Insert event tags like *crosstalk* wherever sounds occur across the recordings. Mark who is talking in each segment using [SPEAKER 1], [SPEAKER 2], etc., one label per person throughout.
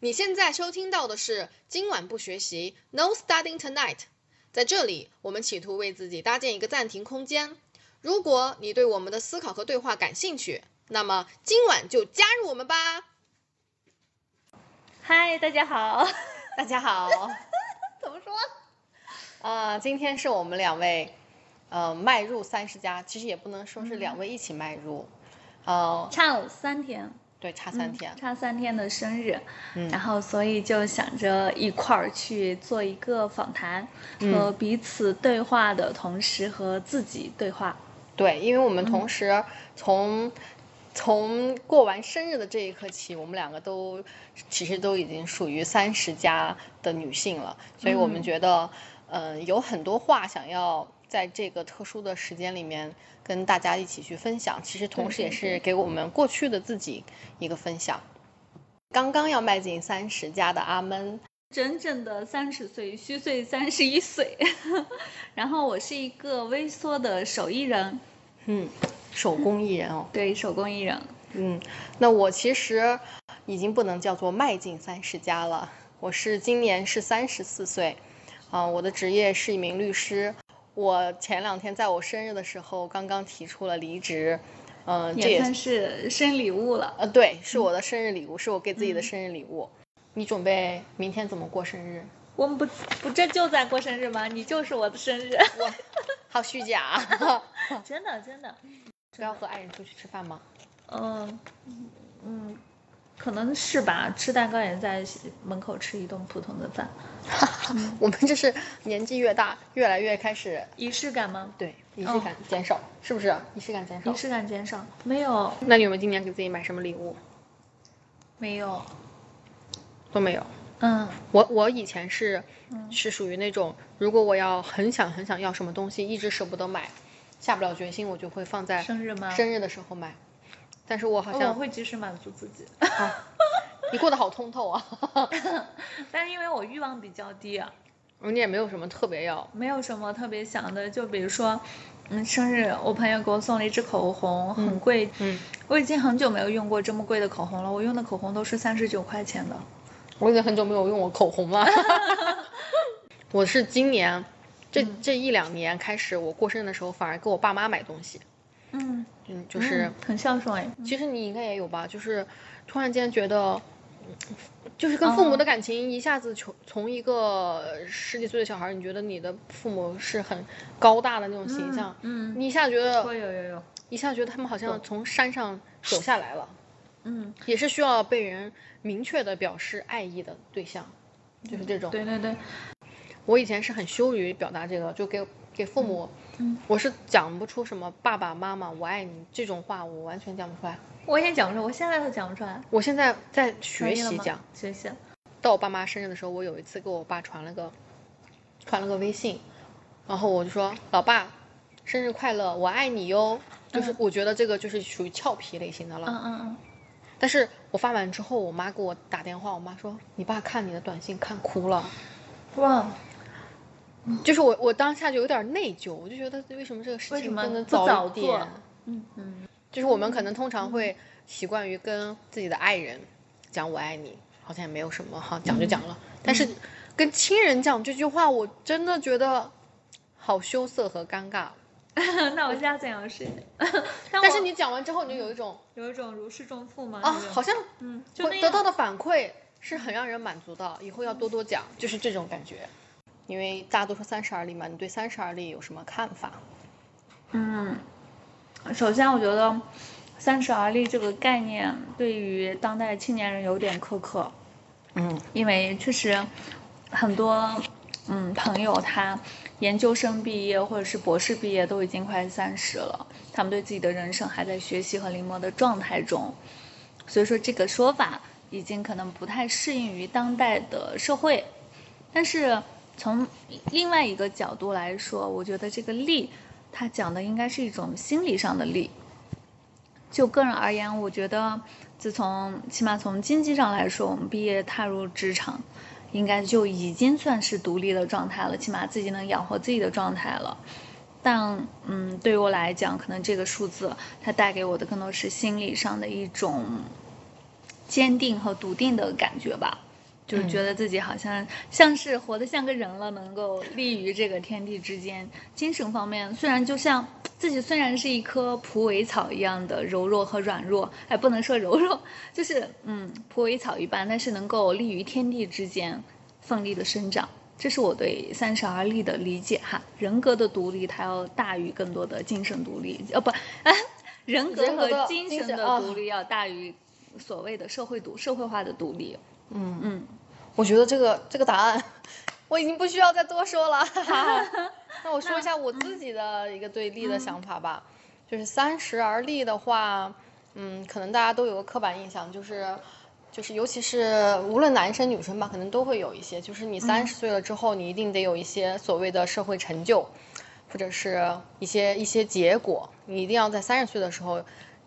[SPEAKER 1] 你现在收听到的是今晚不学习，No studying tonight。在这里，我们企图为自己搭建一个暂停空间。如果你对我们的思考和对话感兴趣，那么今晚就加入我们吧。
[SPEAKER 2] 嗨，大家好，
[SPEAKER 1] 大家好，
[SPEAKER 2] *laughs*
[SPEAKER 1] *laughs*
[SPEAKER 2] 怎么说？
[SPEAKER 1] 呃，今天是我们两位，呃，迈入三十加，其实也不能说是两位一起迈入，呃，
[SPEAKER 2] 差有三天，
[SPEAKER 1] 对，差三天
[SPEAKER 2] 嗯，差三天的生日，
[SPEAKER 1] 嗯
[SPEAKER 2] 然后所以就想着一块儿去做一个访谈，
[SPEAKER 1] 嗯
[SPEAKER 2] 和彼此对话的同时和自己对话。
[SPEAKER 1] 对，因为我
[SPEAKER 2] 嗯
[SPEAKER 1] 们同时从、从过完生日的这一刻起，我们两个都其实都已经属于三十加的女性了，所以我们
[SPEAKER 2] 嗯
[SPEAKER 1] 觉得，嗯、有很多话想要在这个特殊的时间里面跟大家一起去分享，其实同
[SPEAKER 2] 对
[SPEAKER 1] 时也
[SPEAKER 2] 对
[SPEAKER 1] 是
[SPEAKER 2] 对
[SPEAKER 1] 给我们过去的自己一个分享。刚刚要迈进三十加的阿闷，
[SPEAKER 2] 整整的三十岁，虚岁三十一岁， *laughs* 然后我是一个微缩的手艺人，
[SPEAKER 1] 嗯，手工艺人哦，
[SPEAKER 2] 对手工艺人，
[SPEAKER 1] 嗯，那我其实已经不能叫做迈进三十加了，我是今年是三十四岁，啊、我的职业是一名律师。我前两天在我生日的时候刚刚提出了离职，嗯、这
[SPEAKER 2] 也
[SPEAKER 1] 也
[SPEAKER 2] 算是生礼物了。
[SPEAKER 1] 呃对，是我的生日礼物，是我给自己的
[SPEAKER 2] 嗯
[SPEAKER 1] 生日礼物。你准备明天怎么过生日？
[SPEAKER 2] 我们不不这就在过生日吗？你就是我的生日，
[SPEAKER 1] 好虚假啊，*laughs*
[SPEAKER 2] *laughs* 真的真的。
[SPEAKER 1] 不要和爱人出去吃饭吗？
[SPEAKER 2] 嗯，嗯，可能是吧。吃蛋糕也在门口吃一顿普通的饭，
[SPEAKER 1] 我们这是年纪越大，越来越开始
[SPEAKER 2] 仪式感吗？
[SPEAKER 1] 对仪式
[SPEAKER 2] 哦
[SPEAKER 1] 感减少，是不是？仪式感减少
[SPEAKER 2] 仪。式感减少？没有，
[SPEAKER 1] 那你有没有今年给自己买什么礼物？
[SPEAKER 2] 没有。
[SPEAKER 1] 都没有。
[SPEAKER 2] 嗯
[SPEAKER 1] 我我以前是
[SPEAKER 2] 嗯
[SPEAKER 1] 是属于那种，如果我要很想很想要什么东西，一直舍不得买，下不了决心，我就会放在
[SPEAKER 2] 生日吗
[SPEAKER 1] 生日的时候买。但是我好像、
[SPEAKER 2] 我会及时满足自己，
[SPEAKER 1] 啊你过得好通透啊，
[SPEAKER 2] 但是因为我欲望比较低啊，
[SPEAKER 1] 你也没有什么特别要，
[SPEAKER 2] 没有什么特别想的。就比如说，嗯，生日我朋友给我送了一支口红，很贵，
[SPEAKER 1] 嗯，
[SPEAKER 2] 我已经很久没有用过这么贵的口红了。我用的口红都是三十九块钱的。
[SPEAKER 1] 我已经很久没有用我口红
[SPEAKER 2] *laughs*
[SPEAKER 1] 了。我是今年这
[SPEAKER 2] 嗯
[SPEAKER 1] 这一两年开始，我过生日的时候反而给我爸妈买东西，
[SPEAKER 2] 嗯，
[SPEAKER 1] 嗯，就是。
[SPEAKER 2] 嗯很孝顺哎。
[SPEAKER 1] 其实你应该也有吧，就是突然间觉得，嗯就是跟父母的感情一下子从从一个十几岁的小孩儿，你觉得你的父母是很高大的那种形象，
[SPEAKER 2] 嗯，
[SPEAKER 1] 你一下觉得
[SPEAKER 2] 会有有有，
[SPEAKER 1] 一下觉得他们好像从山上走下来了，
[SPEAKER 2] *sniffs* 嗯，
[SPEAKER 1] 也是需要被人明确的表示爱意的对象，就是这种。
[SPEAKER 2] 嗯对对对，
[SPEAKER 1] 我以前是很羞于表达这个，就给给父母，
[SPEAKER 2] 嗯
[SPEAKER 1] 我是讲不出什么爸爸妈妈我爱你这种话，我完全讲不出来。
[SPEAKER 2] 我也讲不出来，我现在都讲不出来。
[SPEAKER 1] 我现在在
[SPEAKER 2] 可
[SPEAKER 1] 学
[SPEAKER 2] 以了
[SPEAKER 1] 习
[SPEAKER 2] 吗
[SPEAKER 1] 讲。嗯
[SPEAKER 2] 学习，
[SPEAKER 1] 到我爸妈生日的时候，我有一次给我爸传了个传了个微信，然后我就说：“老爸，生日快乐，我爱你哟。”就是我觉得这个就是属于俏皮类型的了。
[SPEAKER 2] 嗯嗯嗯，
[SPEAKER 1] 但是我发完之后，我妈给我打电话，我妈说：“你爸看你的短信看哭了。
[SPEAKER 2] 哇，”
[SPEAKER 1] 就是我我当下就有点内疚，我就觉得为什么这个事
[SPEAKER 2] 为
[SPEAKER 1] 情
[SPEAKER 2] 什么
[SPEAKER 1] 能
[SPEAKER 2] 不
[SPEAKER 1] 早
[SPEAKER 2] 早
[SPEAKER 1] 一
[SPEAKER 2] 做
[SPEAKER 1] 点？
[SPEAKER 2] 嗯嗯，
[SPEAKER 1] 就是我们可能通常会习惯于跟自己的爱人讲“我爱你”，好像也没有什么哈，讲就讲了。
[SPEAKER 2] 嗯
[SPEAKER 1] 但是跟亲人讲这句话，我真的觉得好羞涩和尴尬。
[SPEAKER 2] *laughs* 那我下次也要试。
[SPEAKER 1] *laughs*
[SPEAKER 2] 但
[SPEAKER 1] 但是
[SPEAKER 2] 我
[SPEAKER 1] 你讲完之后，你就有一种
[SPEAKER 2] 有一种如释重负吗？
[SPEAKER 1] 啊，
[SPEAKER 2] 那种
[SPEAKER 1] 好，像
[SPEAKER 2] 嗯，就那
[SPEAKER 1] 会得
[SPEAKER 2] 样
[SPEAKER 1] 到的反馈是很让人满足的，以后要多多讲，就是这种感觉。因为大家都说三十而立嘛，你对三十而立有什么看法？
[SPEAKER 2] 嗯，首先我觉得“三十而立”这个概念对于当代青年人有点苛刻。
[SPEAKER 1] 嗯
[SPEAKER 2] 因为确实很多嗯朋友他研究生毕业或者是博士毕业都已经快三十了，他们对自己的人生还在学习和临摹的状态中，所以说这个说法已经可能不太适应于当代的社会。但是从另外一个角度来说，我觉得这个力，它讲的应该是一种心理上的力。就个人而言，我觉得自从起码从经济上来说，我们毕业踏入职场，应该就已经算是独立的状态了，起码自己能养活自己的状态了。但嗯，对于我来讲，可能这个数字它带给我的更多是心理上的一种坚定和笃定的感觉吧。就是觉得自己好像像是活得像个人了，能够立于这个天地之间。精神方面，虽然就像自己虽然是一棵蒲苇草一样的柔弱和软弱，哎，不能说柔弱，就是嗯蒲苇草一般，但是能够立于天地之间，奋力的生长。这是我对三十而立的理解哈，人格的独立它要大于更多的精神独立，哦不，啊、人格
[SPEAKER 1] 人格
[SPEAKER 2] 和
[SPEAKER 1] 的
[SPEAKER 2] 精
[SPEAKER 1] 精
[SPEAKER 2] 神
[SPEAKER 1] 神
[SPEAKER 2] 哦的
[SPEAKER 1] 啊
[SPEAKER 2] 独立要大于所谓的社会独社会化的独立。
[SPEAKER 1] 嗯
[SPEAKER 2] 嗯，
[SPEAKER 1] 我觉得这个这个答案，我已经不需要再多说了。哈哈那我说一下我自己的一个对立的想法吧，就是三十而立的话，嗯，可能大家都有个刻板印象，就是就是尤其是无论男生女生吧，可能都会有一些，就是你三十岁了之后，你一定得有一些所谓的社会成就，或者是一些一些结果，你一定要在三十岁的时候。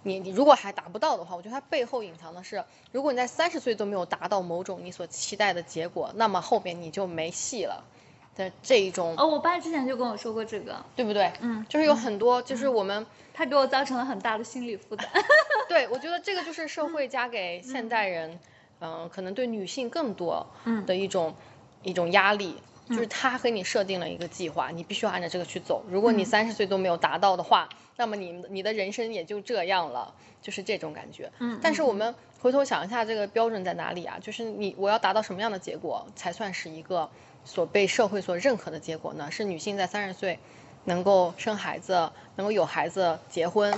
[SPEAKER 1] 你你如果还达不到的话，我觉得它背后隐藏的是，如果你在三十岁都没有达到某种你所期待的结果，那么后面你就没戏了的这一种，
[SPEAKER 2] 哦，我爸之前就跟我说过这个，
[SPEAKER 1] 对不对？
[SPEAKER 2] 嗯，
[SPEAKER 1] 就是有很多，就是我们，
[SPEAKER 2] 他给我造成了很大的心理负担。
[SPEAKER 1] *laughs* 对我觉得这个就是社会加给现代人，嗯、可能对女性更多
[SPEAKER 2] 嗯
[SPEAKER 1] 的一种、一种压力，就是他给你设定了一个计划，你必须要按照这个去走。如果你
[SPEAKER 2] 嗯
[SPEAKER 1] 三十岁都没有达到的话，那么你你的人生也就这样了，就是这种感觉。
[SPEAKER 2] 嗯
[SPEAKER 1] 但是我们回头想一下，这个标准在哪里啊？就是你我要达到什么样的结果，才算是一个所被社会所认可的结果呢？是女性在三十岁能够生孩子，能够有孩子、结婚、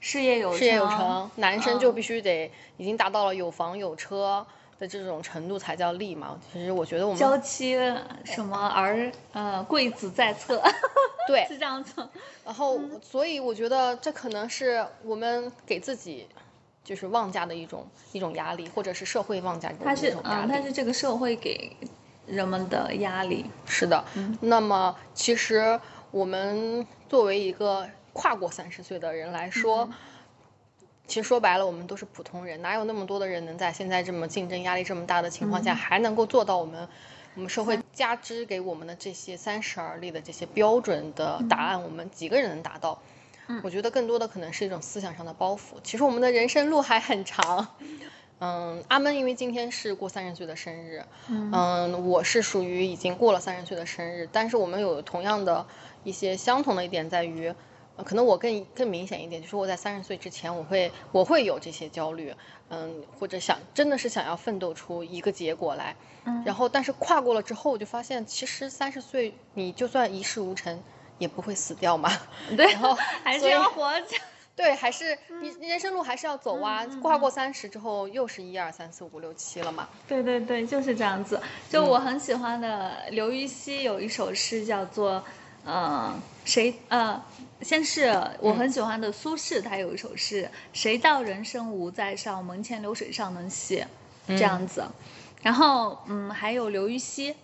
[SPEAKER 2] 事业有
[SPEAKER 1] 事业有
[SPEAKER 2] 成
[SPEAKER 1] 成，，男生就
[SPEAKER 2] 哦嗯
[SPEAKER 1] 必须得已经达到了有房有车的这种程度才叫立嘛。其实我觉得我
[SPEAKER 2] 娇
[SPEAKER 1] 们
[SPEAKER 2] 妻什么儿呃贵子在侧，
[SPEAKER 1] 对
[SPEAKER 2] *laughs* 是这样子。
[SPEAKER 1] 然后，
[SPEAKER 2] 嗯
[SPEAKER 1] 所以我觉得这可能是我们给自己就是妄加的一种一种压力，或者是社会妄加的
[SPEAKER 2] 他
[SPEAKER 1] 一
[SPEAKER 2] 是
[SPEAKER 1] 种压
[SPEAKER 2] 嗯，
[SPEAKER 1] 力。
[SPEAKER 2] 他是这个社会给人们的压力。
[SPEAKER 1] 是的，那么其实我们作为一个跨过三十岁的人来说，其实说白了，我们都是普通人，哪有那么多的人能在现在这么竞争压力这么大的情况下，还能够做到我们我们社会加之给我们的这些三十而立的这些标准的答案，我们几个人能达到？我觉得更多的可能是一种思想上的包袱。其实我们的人生路还很长。嗯，阿闷因为今天是过三十岁的生日，
[SPEAKER 2] 嗯
[SPEAKER 1] 我是属于已经过了三十岁的生日，但是我们有同样的一些相同的一点在于，呃可能我更更明显一点，就是我在三十岁之前，我会我会有这些焦虑，嗯，或者想真的是想要奋斗出一个结果来，
[SPEAKER 2] 嗯
[SPEAKER 1] 然后但是跨过了之后，我就发现其实三十岁你就算一事无成，也不会死掉嘛。
[SPEAKER 2] 对，
[SPEAKER 1] 然后
[SPEAKER 2] 还是
[SPEAKER 1] 所以
[SPEAKER 2] 要活着。
[SPEAKER 1] 对，还是你你人生路还是要走啊。
[SPEAKER 2] 嗯嗯
[SPEAKER 1] 跨过三十之后，又是一二三四五六七了嘛。
[SPEAKER 2] 对对对，就是这样子。就我很喜欢的刘禹锡有一首诗叫做，呃，谁呃，先是我很喜欢的苏轼，他有一首诗，谁道人生无再少，门前流水尚能西，这样子。然后嗯，还有刘禹锡。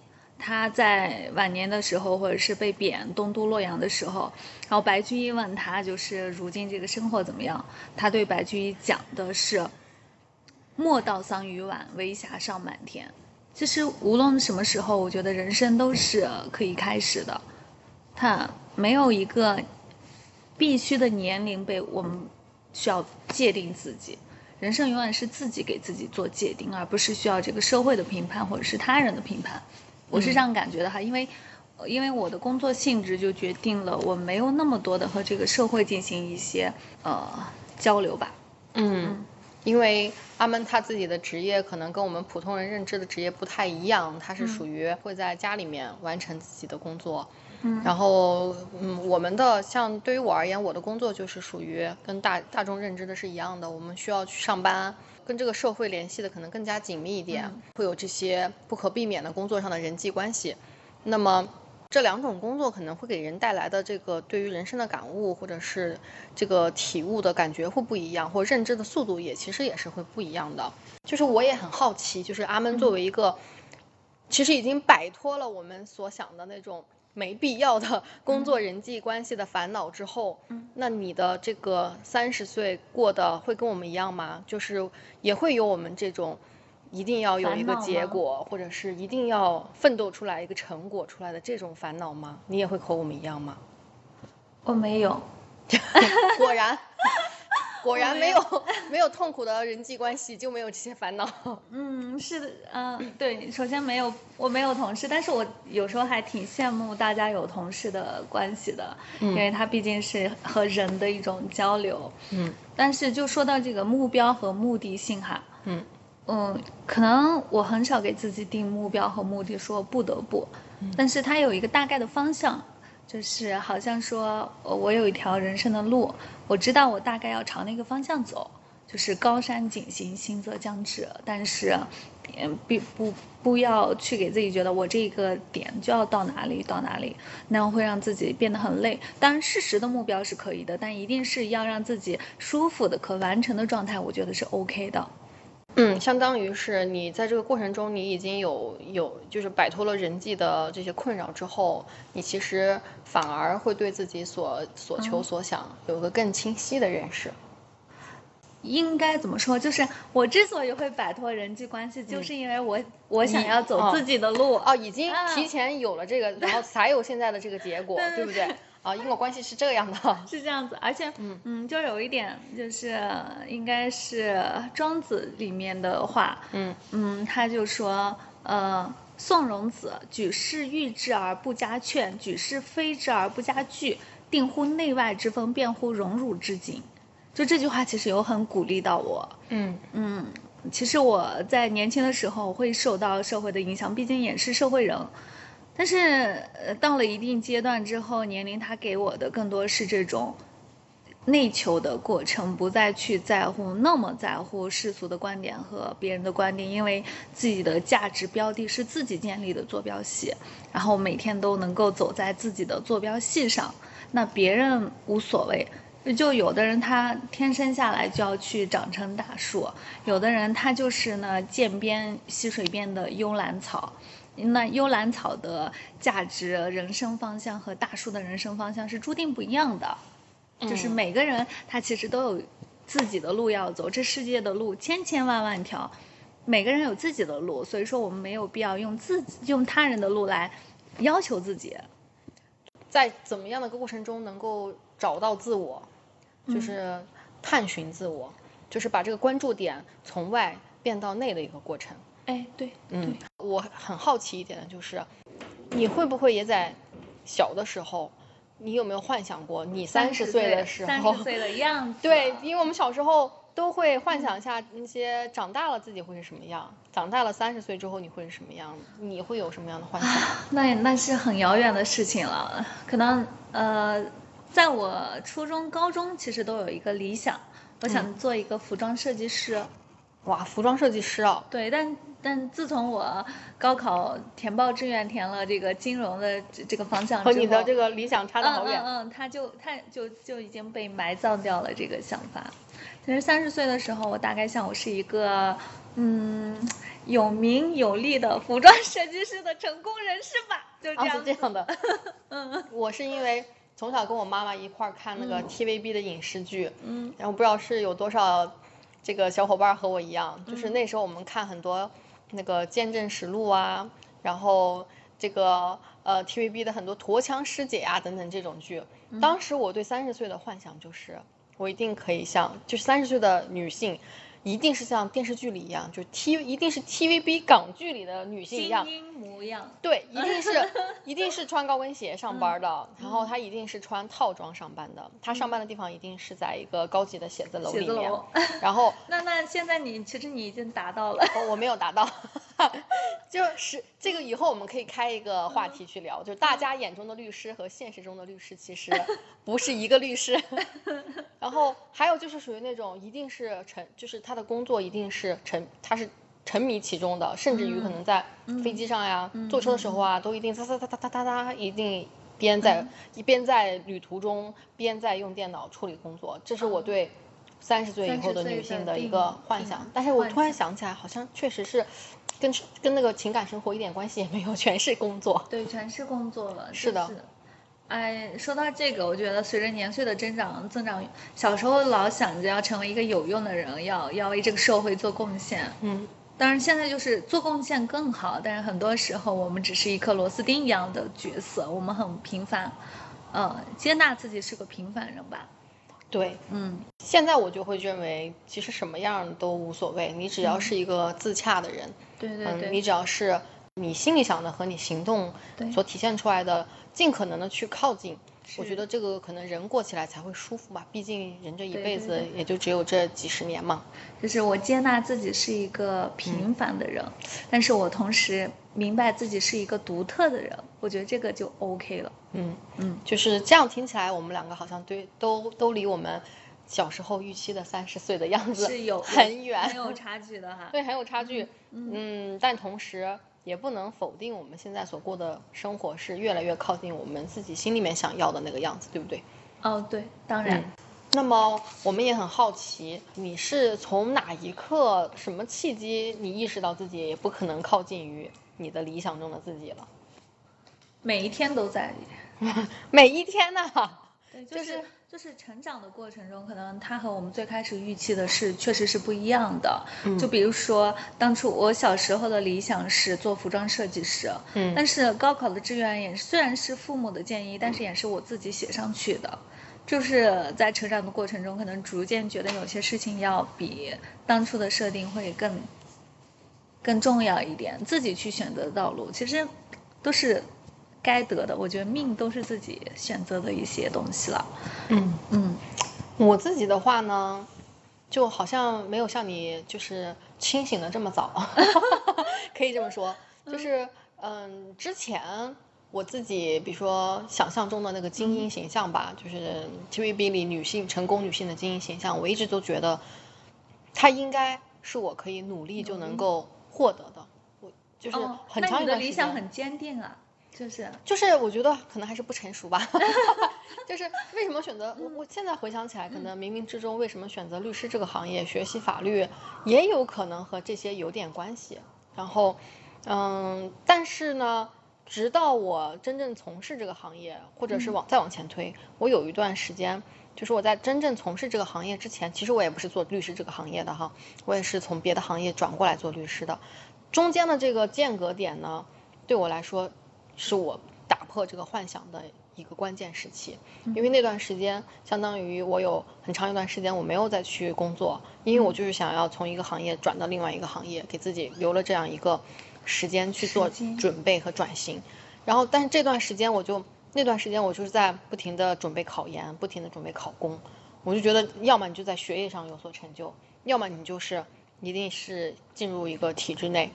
[SPEAKER 2] 他在晚年的时候，或者是被贬东都洛阳的时候，然后白居易问他，就是如今这个生活怎么样？他对白居易讲的是，莫道桑榆晚，微霞尚满天。其实无论什么时候，我觉得人生都是可以开始的，它没有一个必须的年龄被我们需要界定自己。人生永远是自己给自己做界定，而不是需要这个社会的评判或者是他人的评判。我是这样感觉的哈，因为呃因为我的工作性质就决定了我没有那么多的和这个社会进行一些呃交流吧。
[SPEAKER 1] 嗯，因为阿闷他自己的职业可能跟我们普通人认知的职业不太一样，他是属于会在家里面完成自己的工作。
[SPEAKER 2] 嗯
[SPEAKER 1] 然后，嗯，我们的像对于我而言，我的工作就是属于跟大大众认知的是一样的，我们需要去上班，跟这个社会联系的可能更加紧密一点，会有这些不可避免的工作上的人际关系。那么这两种工作可能会给人带来的这个对于人生的感悟，或者是这个体悟的感觉会不一样，或认知的速度也其实也是会不一样的。就是我也很好奇，就是阿闷作
[SPEAKER 2] 嗯
[SPEAKER 1] 为一个，其实已经摆脱了我们所想的那种没必要的工作人际关系的烦恼之后，
[SPEAKER 2] 嗯
[SPEAKER 1] 那你的这个三十岁过得会跟我们一样吗？就是也会有我们这种。一定要有一个
[SPEAKER 2] 烦恼吗
[SPEAKER 1] 结果，或者是一定要奋斗出来一个成果出来的这种烦恼吗？你也会和我们一样吗？ *laughs*
[SPEAKER 2] 我没有，
[SPEAKER 1] 果然，果然没有 *laughs* 没有痛苦的人际关系就没有这些烦恼。
[SPEAKER 2] 嗯，是的，嗯、对，首先没有，我没有同事，但是我有时候还挺羡慕大家有同事的关系的，因为它毕竟是和人的一种交流。
[SPEAKER 1] 嗯
[SPEAKER 2] 但是就说到这个目标和目的性哈，
[SPEAKER 1] 嗯
[SPEAKER 2] 嗯，可能我很少给自己定目标和目的，说不得不，但是它有一个大概的方向，就是好像说，呃我有一条人生的路，我知道我大概要朝那个方向走，就是高山景行，行则将至。但是，嗯，并不不要去给自己觉得我这个点就要到哪里到哪里，那样会让自己变得很累。当然，适时的目标是可以的，但一定是要让自己舒服的、可完成的状态，我觉得是 OK 的。
[SPEAKER 1] 嗯，相当于是你在这个过程中，你已经有有就是摆脱了人际的这些困扰之后，你其实反而会对自己所所求所想有个更清晰的认识。
[SPEAKER 2] 应该怎么说？就是我之所以会摆脱人际关系，就是因为我、我想
[SPEAKER 1] 嗯你
[SPEAKER 2] 要走
[SPEAKER 1] 哦
[SPEAKER 2] 自己
[SPEAKER 1] *laughs*
[SPEAKER 2] 的路。
[SPEAKER 1] 哦，已经
[SPEAKER 2] 啊
[SPEAKER 1] 提前有了这个，然后才有现在的这个结果，
[SPEAKER 2] 对
[SPEAKER 1] *laughs* 对不对？啊，因果关系是这样的。
[SPEAKER 2] 是这样子，而且，嗯就有一点，就是应该是《庄子》里面的话，
[SPEAKER 1] 嗯
[SPEAKER 2] 嗯，他就说，呃，宋荣子举世誉之而不加劝，举世非之而不加惧，定乎内外之风，辩乎荣辱之境。就这句话其实有很鼓励到我，
[SPEAKER 1] 嗯
[SPEAKER 2] 嗯，其实我在年轻的时候会受到社会的影响，毕竟也是社会人。但是，呃，到了一定阶段之后，年龄它给我的更多是这种内求的过程，不再去在乎那么在乎世俗的观点和别人的观点，因为自己的价值标的是自己建立的坐标系，然后每天都能够走在自己的坐标系上，那别人无所谓。就有的人他天生下来就要去长成大树，有的人他就是呢涧边溪水边的幽兰草。那幽兰草的价值、人生方向和大树的人生方向是注定不一样的，就是
[SPEAKER 1] 嗯
[SPEAKER 2] 每个人他其实都有自己的路要走，这世界的路千千万万条，每个人有自己的路，所以说我们没有必要用自己用他人的路来要求自己。
[SPEAKER 1] 在怎么样的过程中能够找到自我，
[SPEAKER 2] 嗯
[SPEAKER 1] 就是探寻自我，就是把这个关注点从外变到内的一个过程。
[SPEAKER 2] 哎，对，
[SPEAKER 1] 嗯，我很好奇一点的就是，你会不会也在小的时候，你有没有幻想过你三十岁的时
[SPEAKER 2] 三
[SPEAKER 1] 候？
[SPEAKER 2] 十岁的样子，
[SPEAKER 1] *laughs* 对，因为我们小时候都会幻想一下那些长大了自己会是什么样，长大了三十岁之后你会是什么样，你会有什么样的幻想？
[SPEAKER 2] *laughs* 那那是很遥远的事情了。可能呃，在我初中、高中其实都有一个理想，
[SPEAKER 1] 嗯
[SPEAKER 2] 我想做一个服装设计师。
[SPEAKER 1] 哇，服装设计师啊，
[SPEAKER 2] 对，但但自从我高考填报志愿填了这个金融的这这个方向
[SPEAKER 1] 和
[SPEAKER 2] 之后，
[SPEAKER 1] 哦你的这个理想差得好远。
[SPEAKER 2] 嗯嗯嗯，他就他就就已经被埋葬掉了这个想法。其实三十岁的时候，我大概想我是一个嗯有名有利的服装设计师的成功人士吧，就这
[SPEAKER 1] 啊，是
[SPEAKER 2] 样子。嗯
[SPEAKER 1] 这样
[SPEAKER 2] *laughs*
[SPEAKER 1] 的。我是因为从小跟我妈妈一块儿看那个 TVB 的影视剧，
[SPEAKER 2] 嗯
[SPEAKER 1] 然后不知道是有多少这个小伙伴儿和我一样，就是
[SPEAKER 2] 嗯
[SPEAKER 1] 那时候我们看很多那个《见证实录》啊，然后这个呃 TVB 的很多《驼枪师姐》啊等等这种剧。
[SPEAKER 2] 嗯
[SPEAKER 1] 当时我对三十岁的幻想就是，我一定可以像，就是三十岁的女性。一定是像电视剧里一样，就 T 一定是 TVB 港剧里的女性一
[SPEAKER 2] 精
[SPEAKER 1] 样，
[SPEAKER 2] 英模样。
[SPEAKER 1] 对，一
[SPEAKER 2] *laughs*
[SPEAKER 1] 定是一定是穿高跟鞋上班的，
[SPEAKER 2] 嗯
[SPEAKER 1] 然后他一定是穿套装上班的，他上班的地方一定是在一个高级的写字楼
[SPEAKER 2] 写
[SPEAKER 1] 里
[SPEAKER 2] 字
[SPEAKER 1] 面
[SPEAKER 2] 楼。
[SPEAKER 1] 然后
[SPEAKER 2] *laughs* 那那现在你其实你已经达到了，
[SPEAKER 1] 我我没有达到， *laughs* 就是这个以后我们可以开一个话题去聊，就是大家眼中的律师和现实中的律师其实不是一个律 *laughs* 师。然后还有就是属于那种一定是沉，就是他的工作一定是沉，他是沉迷其中的，甚至于可能在飞机上呀、坐车的时候啊，都一定哒哒哒哒哒哒哒，一定边在、一边在旅途中，边在用电脑处理工作。这是我对哦三十岁以后的女性的一个幻想
[SPEAKER 2] 定。
[SPEAKER 1] 但是我突然
[SPEAKER 2] 幻
[SPEAKER 1] 想起来，好像确实是跟跟那个情感生活一点关系也没有，全是工作。
[SPEAKER 2] 对，全是工作了。
[SPEAKER 1] 是的
[SPEAKER 2] 真哎，说到这个，我觉得随着年岁的增长，增长，小时候老想着要成为一个有用的人，要要为这个社会做贡献。
[SPEAKER 1] 嗯
[SPEAKER 2] 当然，现在就是做贡献更好，但是很多时候我们只是一颗螺丝钉一样嗯的角色，我们很平凡，呃，接纳自己是个平凡人吧。
[SPEAKER 1] 对，
[SPEAKER 2] 嗯
[SPEAKER 1] 现在我就会认为，其实什么样都无所谓，你只要是一个自洽的人，
[SPEAKER 2] 嗯对对
[SPEAKER 1] 嗯，
[SPEAKER 2] 对，
[SPEAKER 1] 你只要是你心里想的和你行动
[SPEAKER 2] 对
[SPEAKER 1] 所体现出来的，尽可能的去靠近。我
[SPEAKER 2] 是
[SPEAKER 1] 觉得这个可能人过起来才会舒服吧，毕竟人这一
[SPEAKER 2] 对
[SPEAKER 1] 辈
[SPEAKER 2] 对
[SPEAKER 1] 子
[SPEAKER 2] 对
[SPEAKER 1] 也就只有这几十年嘛。
[SPEAKER 2] 就是我接纳自己是一个平凡的人，但是我同时明白自己是一个独特的人，我觉得这个就 OK 了。
[SPEAKER 1] 嗯，
[SPEAKER 2] 嗯，
[SPEAKER 1] 就是这样听起来，我们两个好像对都都离我们小时候预期的三十岁的样子
[SPEAKER 2] 是有
[SPEAKER 1] 很远，
[SPEAKER 2] 很 *laughs* 有差距的哈。
[SPEAKER 1] 对，很有差距。
[SPEAKER 2] 嗯，
[SPEAKER 1] 嗯，但同时也不能否定我们现在所过的生活是越来越靠近我们自己心里面想要的那个样子，对不对？
[SPEAKER 2] 哦对，当然，
[SPEAKER 1] 那么我们也很好奇，你是从哪一刻、什么契机，你意识到自己也不可能靠近于你的理想中的自己了？
[SPEAKER 2] 每一天都在。
[SPEAKER 1] 每一天呢、 *laughs*
[SPEAKER 2] 对，
[SPEAKER 1] 就
[SPEAKER 2] 就是是就是成长的过程中，可能它和我们最开始预期的是确实是不一样的。
[SPEAKER 1] 嗯
[SPEAKER 2] 就比如说，当初我小时候的理想是做服装设计师，
[SPEAKER 1] 嗯
[SPEAKER 2] 但是高考的志愿也虽然是父母的建议，但是也是我自己写上去的。就是在成长的过程中，可能逐渐觉得有些事情要比当初的设定会更更重要一点，自己去选择的道路，其实都是该得的。我觉得命都是自己选择的一些东西了。
[SPEAKER 1] 嗯，
[SPEAKER 2] 嗯，
[SPEAKER 1] 我自己的话呢，就好像没有像你就是清醒的这么早， *laughs* 可以这么说，就是嗯，之前我自己比如说想象中的那个精
[SPEAKER 2] 嗯
[SPEAKER 1] 英形象吧，就是 TVB 里女性成功女性的精英形象，我一直都觉得她应该是我可以努力就能够获得的，我就是
[SPEAKER 2] 哦
[SPEAKER 1] 很
[SPEAKER 2] 那
[SPEAKER 1] 长一
[SPEAKER 2] 你的
[SPEAKER 1] 段时
[SPEAKER 2] 理
[SPEAKER 1] 间。
[SPEAKER 2] 想很坚定啊，就是
[SPEAKER 1] 就是我觉得可能还是不成熟吧， *laughs* 就是为什么选择我？我现在回想起来，可能冥冥之中为什么选择律师这个行业，学习法律也有可能和这些有点关系。然后，嗯，但是呢，直到我真正从事这个行业，或者是往再往前推，我有一段时间，就是我在真正从事这个行业之前，其实我也不是做律师这个行业的哈，我也是从别的行业转过来做律师的。中间的这个间隔点呢，对我来说，是我打破这个幻想的一个关键时期，因为那段时间相当于我有很长一段时间我没有再去工作，因为我就是想要从一个行业转到另外一个行业，给自己留了这样一个时间去做
[SPEAKER 2] 时间
[SPEAKER 1] 准备和转型。然后，但是这段时间我就那段时间我就是在不停的准备考研，不停的准备考公，我就觉得，要么你就在学业上有所成就，要么你就是一定是进入一个体制内，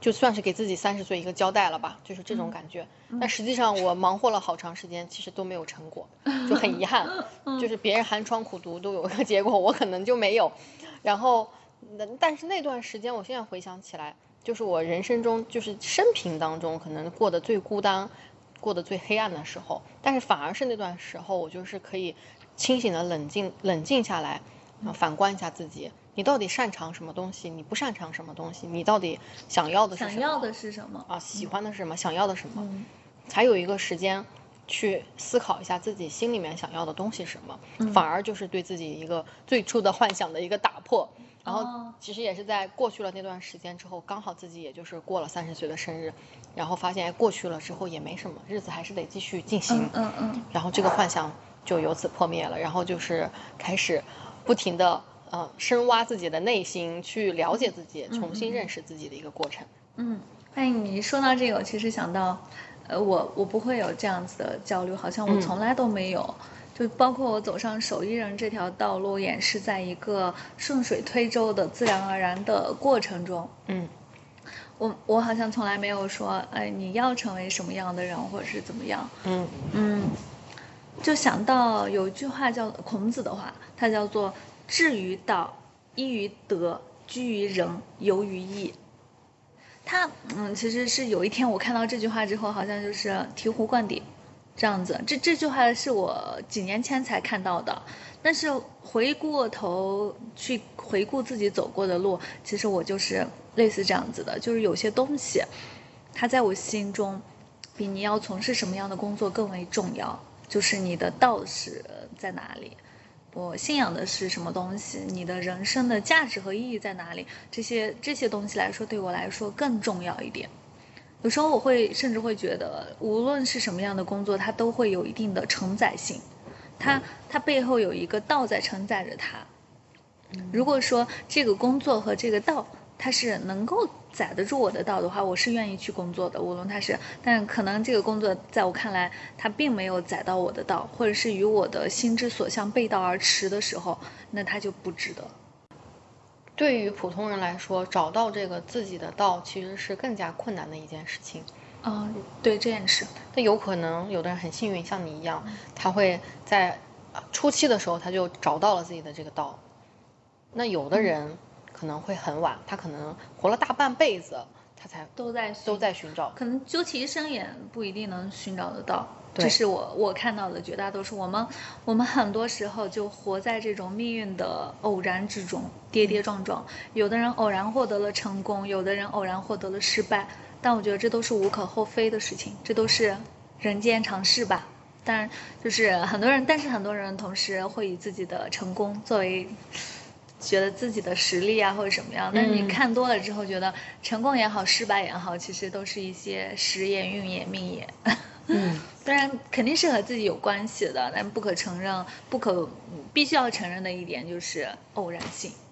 [SPEAKER 1] 就算是给自己三十岁一个交代了吧，就是这种感觉。但实际上我忙活了好长时间，其实都没有成果，就很遗憾。就是别人寒窗苦读都有一个结果，我可能就没有。然后，那但是那段时间，我现在回想起来，就是我人生中，就是生平当中可能过得最孤单、过得最黑暗的时候。但是反而是那段时候，我就是可以清醒的冷静、冷静下来，啊，反观一下自己，你到底擅长什么东西，你不擅长什么东西，你到底想要的是什
[SPEAKER 2] 想
[SPEAKER 1] 么
[SPEAKER 2] 要的是什么？
[SPEAKER 1] 啊，喜欢的是什么，想要的是什么。
[SPEAKER 2] 嗯
[SPEAKER 1] 才有一个时间去思考一下自己心里面想要的东西是什么，
[SPEAKER 2] 嗯
[SPEAKER 1] 反而就是对自己一个最初的幻想的一个打破。然后
[SPEAKER 2] 哦
[SPEAKER 1] 其实也是在过去了那段时间之后，刚好自己也就是过了三十岁的生日，然后发现哎过去了之后也没什么，日子还是得继续进行。
[SPEAKER 2] 嗯嗯嗯，
[SPEAKER 1] 然后这个幻想就由此破灭了，然后就是开始不停的呃深挖自己的内心，去了解自己，重新认识自己的一个过程。
[SPEAKER 2] 嗯，哎，你说到这个，我其实想到，呃，我我不会有这样子的焦虑，好像我
[SPEAKER 1] 嗯
[SPEAKER 2] 从来都没有。就包括我走上手艺人这条道路，也是在一个顺水推舟的自然而然的过程中。
[SPEAKER 1] 嗯
[SPEAKER 2] 我我好像从来没有说，哎，你要成为什么样的人，或者是怎么样。
[SPEAKER 1] 嗯
[SPEAKER 2] 嗯，就想到有一句话叫孔子的话，它叫做“志于道，依于德，居于仁，游于义”。它嗯，其实是有一天我看到这句话之后，好像就是醍醐灌顶这样子。这这句话是我几年前才看到的，但是回过头去回顾自己走过的路，其实我就是类似这样子的，就是有些东西，它在我心中比你要从事什么样的工作更为重要，就是你的道是在哪里，我信仰的是什么东西，你的人生的价值和意义在哪里，这些这些东西来说，对我来说更重要一点。有时候我会甚至会觉得，无论是什么样的工作，它都会有一定的承载性，它它背后有一个道在承载着它。如果说这个工作和这个道，它是能够载得住我的道的话，我是愿意去工作的，无论它是，但可能这个工作在我看来，它并没有载到我的道，或者是与我的心之所向背道而驰的时候，那它就不值得。
[SPEAKER 1] 对于普通人来说，找到这个自己的道其实是更加困难的一件事情。
[SPEAKER 2] 嗯，对，这也是。
[SPEAKER 1] 但有可能有的人很幸运，像你一
[SPEAKER 2] 嗯
[SPEAKER 1] 样，他会在呃初期的时候他就找到了自己的这个道。那有
[SPEAKER 2] 嗯
[SPEAKER 1] 的人可能会很晚，他可能活了大半辈子，他才
[SPEAKER 2] 都在
[SPEAKER 1] 都在寻找。
[SPEAKER 2] 可能究其一生也不一定能寻找得到。
[SPEAKER 1] 对
[SPEAKER 2] 这是我我看到的绝大多数，我们我们很多时候就活在这种命运的偶然之中，跌跌撞撞。有的人偶然获得了成功，有的人偶然获得了失败，但我觉得这都是无可厚非的事情，这都是人间常事吧。当然，就是很多人，但是很多人同时会以自己的成功作为觉得自己的实力啊或者什么样，但是你
[SPEAKER 1] 嗯
[SPEAKER 2] 看多了之后，觉得成功也好，失败也好，其实都是一些时也、运也、命也。
[SPEAKER 1] 嗯，
[SPEAKER 2] 当然肯定是和自己有关系的，但不可承认、不可嗯必须要承认的一点就是偶然性。
[SPEAKER 1] *laughs*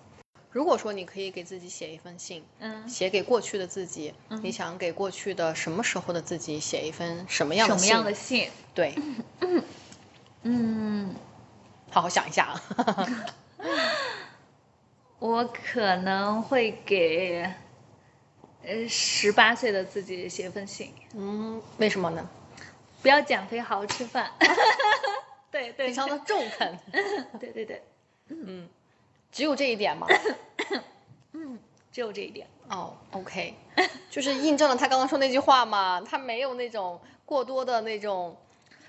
[SPEAKER 1] 如果说你可以给自己写一封信，
[SPEAKER 2] 嗯，
[SPEAKER 1] 写给过去的自己，
[SPEAKER 2] 嗯
[SPEAKER 1] 你想给过去的什么时候的自己写一封什么样的
[SPEAKER 2] 什么
[SPEAKER 1] 信？
[SPEAKER 2] 样的信？
[SPEAKER 1] 对， *laughs*
[SPEAKER 2] 嗯，
[SPEAKER 1] 好好想一下啊。
[SPEAKER 2] 我可能会给呃十八岁的自己写封信，
[SPEAKER 1] 嗯，为什么
[SPEAKER 2] *laughs*
[SPEAKER 1] 呢？
[SPEAKER 2] 不要减肥，好好吃
[SPEAKER 1] *laughs*
[SPEAKER 2] 饭。对对，
[SPEAKER 1] 非常的中肯。
[SPEAKER 2] *laughs* 对对对，
[SPEAKER 1] 嗯，只有这一点
[SPEAKER 2] *laughs*
[SPEAKER 1] 吗？
[SPEAKER 2] 只有这一点。
[SPEAKER 1] 哦、o k 就是印证了他刚刚说那句话嘛，他没有那种过多的那种，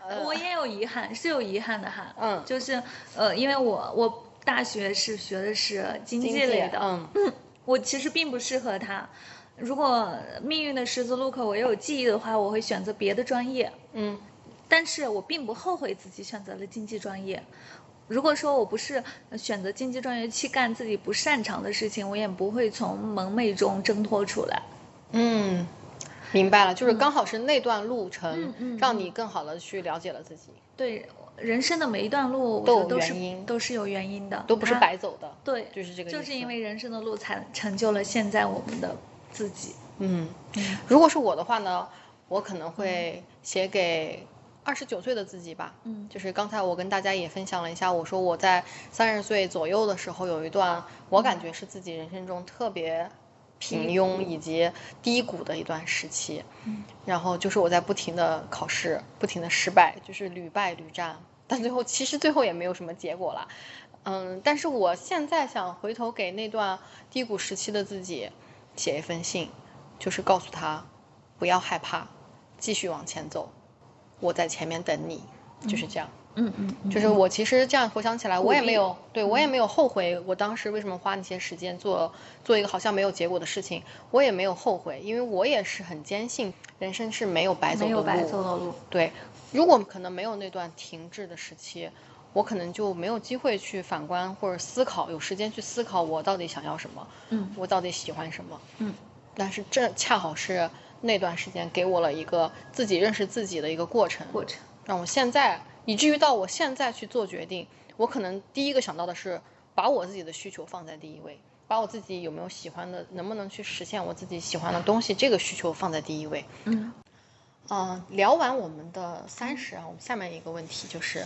[SPEAKER 1] 呃，
[SPEAKER 2] 我也有遗憾，是有遗憾的哈。
[SPEAKER 1] 嗯
[SPEAKER 2] 就是呃，因为我我大学是学的是经
[SPEAKER 1] 经
[SPEAKER 2] 济类的，
[SPEAKER 1] 嗯
[SPEAKER 2] 我其实并不适合它。如果命运的十字路口我有记忆的话，我会选择别的专业，
[SPEAKER 1] 嗯
[SPEAKER 2] 但是我并不后悔自己选择了经济专业。如果说我不是选择经济专业去干自己不擅长的事情，我也不会从蒙昧中挣脱出来。
[SPEAKER 1] 嗯，明白了，就是刚好是那段路程
[SPEAKER 2] 嗯，嗯
[SPEAKER 1] 让你更好的去了解了自己，
[SPEAKER 2] 对人生的每一段路，我
[SPEAKER 1] 都
[SPEAKER 2] 觉得
[SPEAKER 1] 有
[SPEAKER 2] 都
[SPEAKER 1] 原因
[SPEAKER 2] 是都是有原因的，
[SPEAKER 1] 都不是
[SPEAKER 2] 它
[SPEAKER 1] 白走的，
[SPEAKER 2] 对，
[SPEAKER 1] 就是这个意思。
[SPEAKER 2] 啊就是因为人生的路才成就了现在我们的自己。
[SPEAKER 1] 嗯
[SPEAKER 2] 嗯，
[SPEAKER 1] 如果是我的话呢，我可能会写给二十九岁的自己吧。
[SPEAKER 2] 嗯
[SPEAKER 1] 就是刚才我跟大家也分享了一下，我说我在三十岁左右的时候有一段，我感觉是自己人生中特别平庸以及低谷的一段时期。
[SPEAKER 2] 嗯
[SPEAKER 1] 然后就是我在不停的考试，不停的失败，就是屡败屡战，但最后其实最后也没有什么结果啦。嗯，但是我现在想回头给那段低谷时期的自己写一封信，就是告诉他不要害怕，继续往前走，我在前面等你，就是这样。
[SPEAKER 2] 嗯嗯，嗯
[SPEAKER 1] 就是我其实这样回想起来，我也没有对我也
[SPEAKER 2] 嗯
[SPEAKER 1] 没有后悔，我当时为什么花那些时间做做一个好像没有结果的事情，我也没有后悔，因为我也是很坚信人生是没有白走的
[SPEAKER 2] 没有
[SPEAKER 1] 路。
[SPEAKER 2] 白走的路。
[SPEAKER 1] 对，如果可能没有那段停滞的时期，我可能就没有机会去反观或者思考，有时间去思考我到底想要什么，
[SPEAKER 2] 嗯
[SPEAKER 1] 我到底喜欢什么。
[SPEAKER 2] 嗯
[SPEAKER 1] 但是这恰好是那段时间给我了一个自己认识自己的一个过程。
[SPEAKER 2] 过程。
[SPEAKER 1] 让我现在，以至于到我现在去做决定，我可能第一个想到的是把我自己的需求放在第一位，把我自己有没有喜欢的，能不能去实现我自己喜欢的东西，这个需求放在第一位。
[SPEAKER 2] 嗯
[SPEAKER 1] 嗯，聊完我们的三十啊，我们下面一个问题就是，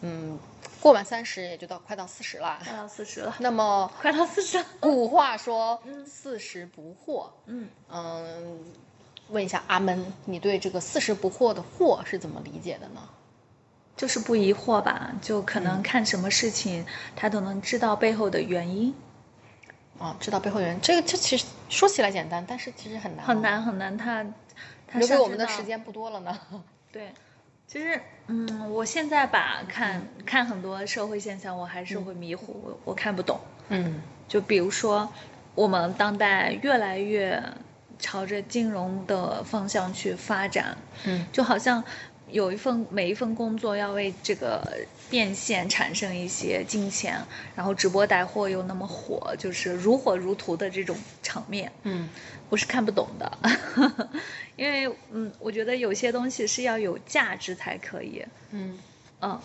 [SPEAKER 1] 嗯，过完三十也就到快到四十啦。
[SPEAKER 2] 快到四十了，
[SPEAKER 1] 那么
[SPEAKER 2] *laughs* 快到四十了。
[SPEAKER 1] 古话说
[SPEAKER 2] *laughs* 嗯
[SPEAKER 1] 四十不惑，
[SPEAKER 2] 嗯，
[SPEAKER 1] 嗯，问一下阿门，你对这个四十不惑的惑是怎么理解的呢？
[SPEAKER 2] 就是不疑惑吧，就可能
[SPEAKER 1] 嗯
[SPEAKER 2] 看什么事情，他都能知道背后的原因。
[SPEAKER 1] 啊，知道背后的人，这个这其实说起来简单，但是其实很难、
[SPEAKER 2] 很，难很难，他他
[SPEAKER 1] 留给
[SPEAKER 2] 甚
[SPEAKER 1] 我
[SPEAKER 2] 至
[SPEAKER 1] 们的
[SPEAKER 2] 到
[SPEAKER 1] 时间不多了呢。
[SPEAKER 2] 对，其实，嗯，我现在吧，看
[SPEAKER 1] 嗯
[SPEAKER 2] 看很多社会现象，我还是会迷糊，我我看不懂。
[SPEAKER 1] 嗯
[SPEAKER 2] 就比如说，我们当代越来越朝着金融的方向去发展，
[SPEAKER 1] 嗯
[SPEAKER 2] 就好像有一份每一份工作要为这个变现产生一些金钱，然后直播带货又那么火，就是如火如荼的这种场面，
[SPEAKER 1] 嗯
[SPEAKER 2] 我是看不懂的， *laughs* 因为嗯，我觉得有些东西是要有价值才可以，
[SPEAKER 1] 嗯，
[SPEAKER 2] 嗯，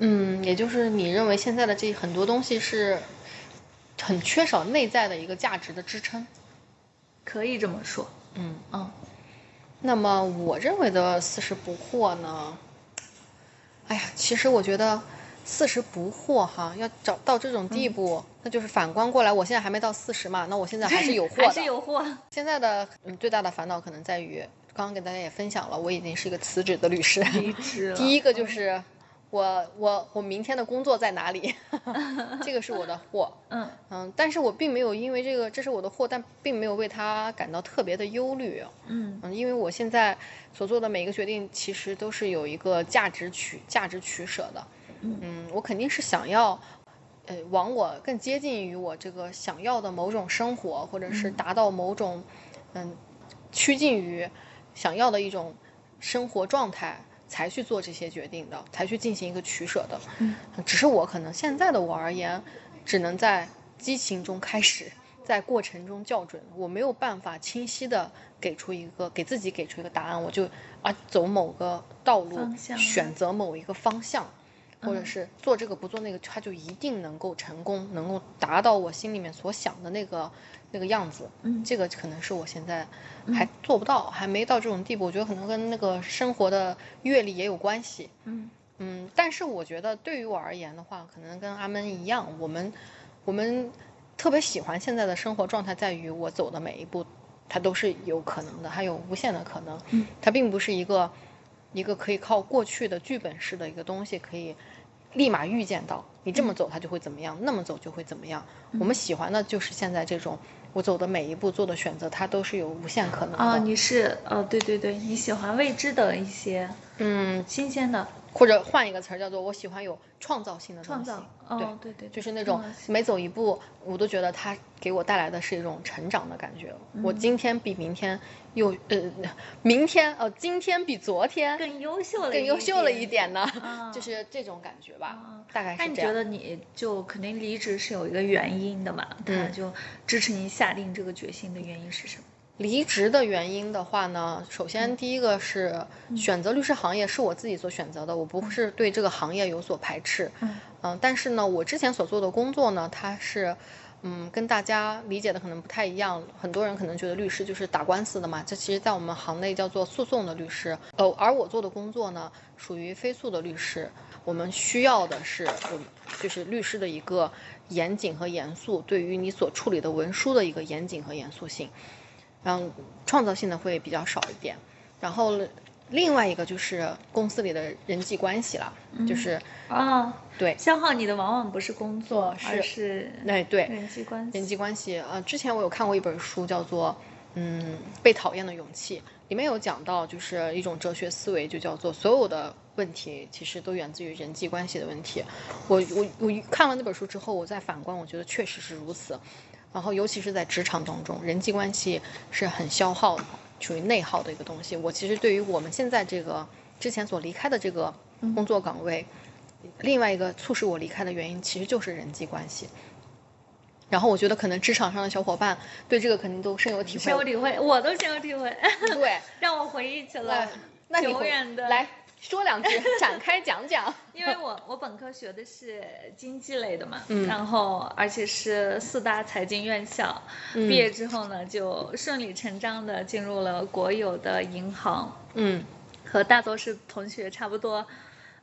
[SPEAKER 1] 嗯，也就是你认为现在的这很多东西是很缺少内在的一个价值的支撑。
[SPEAKER 2] 可以这么说。
[SPEAKER 1] 嗯，
[SPEAKER 2] 嗯，
[SPEAKER 1] 那么我认为的四十不惑呢？哎呀，其实我觉得四十不惑哈，要找到这种
[SPEAKER 2] 嗯
[SPEAKER 1] 地步，那就是反观过来，我现在还没到四十嘛，那我现在还是有惑的。
[SPEAKER 2] 还是
[SPEAKER 1] *laughs*
[SPEAKER 2] 有货。
[SPEAKER 1] 现在的嗯最大的烦恼可能在于，刚刚给大家也分享了，我已经是一个辞职的律
[SPEAKER 2] *laughs*
[SPEAKER 1] 师。
[SPEAKER 2] 离职了。
[SPEAKER 1] 第一个就是我我我明天的工作在哪里， *laughs* 这个是我的祸。
[SPEAKER 2] *laughs* 嗯，
[SPEAKER 1] 嗯，但是我并没有因为这个这是我的祸，但并没有为它感到特别的忧虑。
[SPEAKER 2] 嗯
[SPEAKER 1] 嗯，因为我现在所做的每一个决定，其实都是有一个价值取价值取舍的。
[SPEAKER 2] 嗯
[SPEAKER 1] 嗯，我肯定是想要，呃，往我更接近于我这个想要的某种生活，或者是
[SPEAKER 2] 嗯
[SPEAKER 1] 达到某种，嗯，趋近于想要的一种生活状态，才去做这些决定的，才去进行一个取舍的。
[SPEAKER 2] 嗯
[SPEAKER 1] 只是我可能现在的我而言，只能在激情中开始，在过程中校准，我没有办法清晰的给出一个给自己给出一个答案，我就啊走某个道路
[SPEAKER 2] 方，向
[SPEAKER 1] 选择某一个方向，或者
[SPEAKER 2] 嗯
[SPEAKER 1] 是做这个不做那个，它就一定能够成功，能够达到我心里面所想的那个那个样子。
[SPEAKER 2] 嗯
[SPEAKER 1] 这个可能是我现在还做不到，还没到这种地步。我觉得可能跟那个生活的阅历也有关系。
[SPEAKER 2] 嗯
[SPEAKER 1] 嗯，但是我觉得对于我而言的话，可能跟阿闷一样，我们我们特别喜欢现在的生活状态，在于我走的每一步，它都是有可能的，还有无限的可能。
[SPEAKER 2] 嗯，
[SPEAKER 1] 它并不是一个一个可以靠过去的剧本式的一个东西，可以立马预见到你这么
[SPEAKER 2] 嗯
[SPEAKER 1] 走它就会怎么样，那么走就会怎么样。我们喜欢的就是现在这种我走的每一步做的选择，它都是有无限可能的。
[SPEAKER 2] 啊，你是呃，对对对，你喜欢未知的一些
[SPEAKER 1] 嗯，
[SPEAKER 2] 新鲜的
[SPEAKER 1] 或者换一个词儿叫做我喜欢有创造性的东
[SPEAKER 2] 创
[SPEAKER 1] 西。
[SPEAKER 2] 造。哦，对对，对
[SPEAKER 1] 就是那
[SPEAKER 2] 创
[SPEAKER 1] 种
[SPEAKER 2] 造性
[SPEAKER 1] 每走一步，我都觉得它给我带来的是一种成长的感觉。我
[SPEAKER 2] 嗯
[SPEAKER 1] 今天比明天又呃，明天呃，今天比昨天
[SPEAKER 2] 更优秀了，
[SPEAKER 1] 更优秀了一。点呢， *laughs*
[SPEAKER 2] 啊
[SPEAKER 1] 就是这种感觉吧，
[SPEAKER 2] 啊
[SPEAKER 1] 大概
[SPEAKER 2] 那
[SPEAKER 1] 是
[SPEAKER 2] 你
[SPEAKER 1] 这
[SPEAKER 2] 觉
[SPEAKER 1] 样。
[SPEAKER 2] 得你就肯定离职是有一个原因的嘛？他
[SPEAKER 1] 嗯
[SPEAKER 2] 就支持你下定这个决心的原因是什么？
[SPEAKER 1] 离职的原因的话呢，首先第一个是选择律师行业是我自己所选择的，我不是对这个行业有所排斥。
[SPEAKER 2] 嗯
[SPEAKER 1] 嗯，但是呢，我之前所做的工作呢，它是，嗯，跟大家理解的可能不太一样。很多人可能觉得律师就是打官司的嘛，这其实在我们行内叫做诉讼的律师。呃，而我做的工作呢，属于非诉的律师。我们需要的是，我们就是律师的一个严谨和严肃，对于你所处理的文书的一个严谨和严肃性。嗯，创造性的会比较少一点。然后另外一个就是公司里的人际关系了，就是
[SPEAKER 2] 啊，
[SPEAKER 1] 对
[SPEAKER 2] 消耗你的往往不是工作，
[SPEAKER 1] 是
[SPEAKER 2] 而是
[SPEAKER 1] 哎对，
[SPEAKER 2] 人际关
[SPEAKER 1] 人
[SPEAKER 2] 系。
[SPEAKER 1] 际关系啊、呃之前我有看过一本书，叫做《嗯被讨厌的勇气》，里面有讲到，就是一种哲学思维，就叫做所有的问题其实都源自于人际关系的问题。我我我看完那本书之后，我再反观，我觉得确实是如此。然后尤其是在职场当中，人际关系是很消耗的，属于内耗的一个东西。我其实对于我们现在这个之前所离开的这个
[SPEAKER 2] 嗯
[SPEAKER 1] 工作岗位，另外一个促使我离开的原因，其实就是人际关系。然后我觉得可能职场上的小伙伴对这个肯定都深有体
[SPEAKER 2] 深有
[SPEAKER 1] 会。
[SPEAKER 2] 体会，我都深有体会， *laughs*
[SPEAKER 1] 对，
[SPEAKER 2] 让我回忆起了
[SPEAKER 1] 那那
[SPEAKER 2] *laughs*
[SPEAKER 1] 你
[SPEAKER 2] 久
[SPEAKER 1] 回
[SPEAKER 2] 远的
[SPEAKER 1] *laughs* 来说两句，展开讲
[SPEAKER 2] *laughs*
[SPEAKER 1] 讲。
[SPEAKER 2] 因为我我本科学的是经济类的嘛，
[SPEAKER 1] 嗯
[SPEAKER 2] 然后而且是四大财经院校，
[SPEAKER 1] 嗯
[SPEAKER 2] 毕业之后呢，就顺理成章的进入了国有的银行，
[SPEAKER 1] 嗯
[SPEAKER 2] 和大多数同学差不多，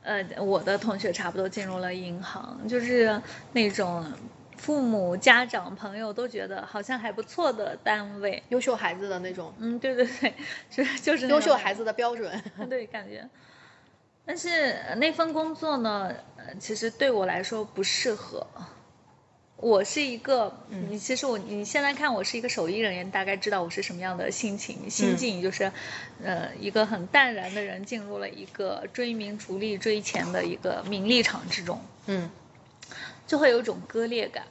[SPEAKER 2] 呃，我的同学差不多进入了银行，就是那种父母、家长、朋友都觉得好像还不错的单位，
[SPEAKER 1] 优秀孩子的那种
[SPEAKER 2] 嗯，对对对，就是就是那
[SPEAKER 1] 优秀
[SPEAKER 2] 种
[SPEAKER 1] 孩子的标准。
[SPEAKER 2] 对，感觉。但是呃那份工作呢，呃其实对我来说不适合。我是一个，你其实我你现在看我是一个手艺人员，你大概知道我是什么样的心情心
[SPEAKER 1] 嗯
[SPEAKER 2] 境，就是，呃，一个很淡然的人进入了一个追名逐利、追钱的一个名利场之中。
[SPEAKER 1] 嗯
[SPEAKER 2] 就会有一种割裂感。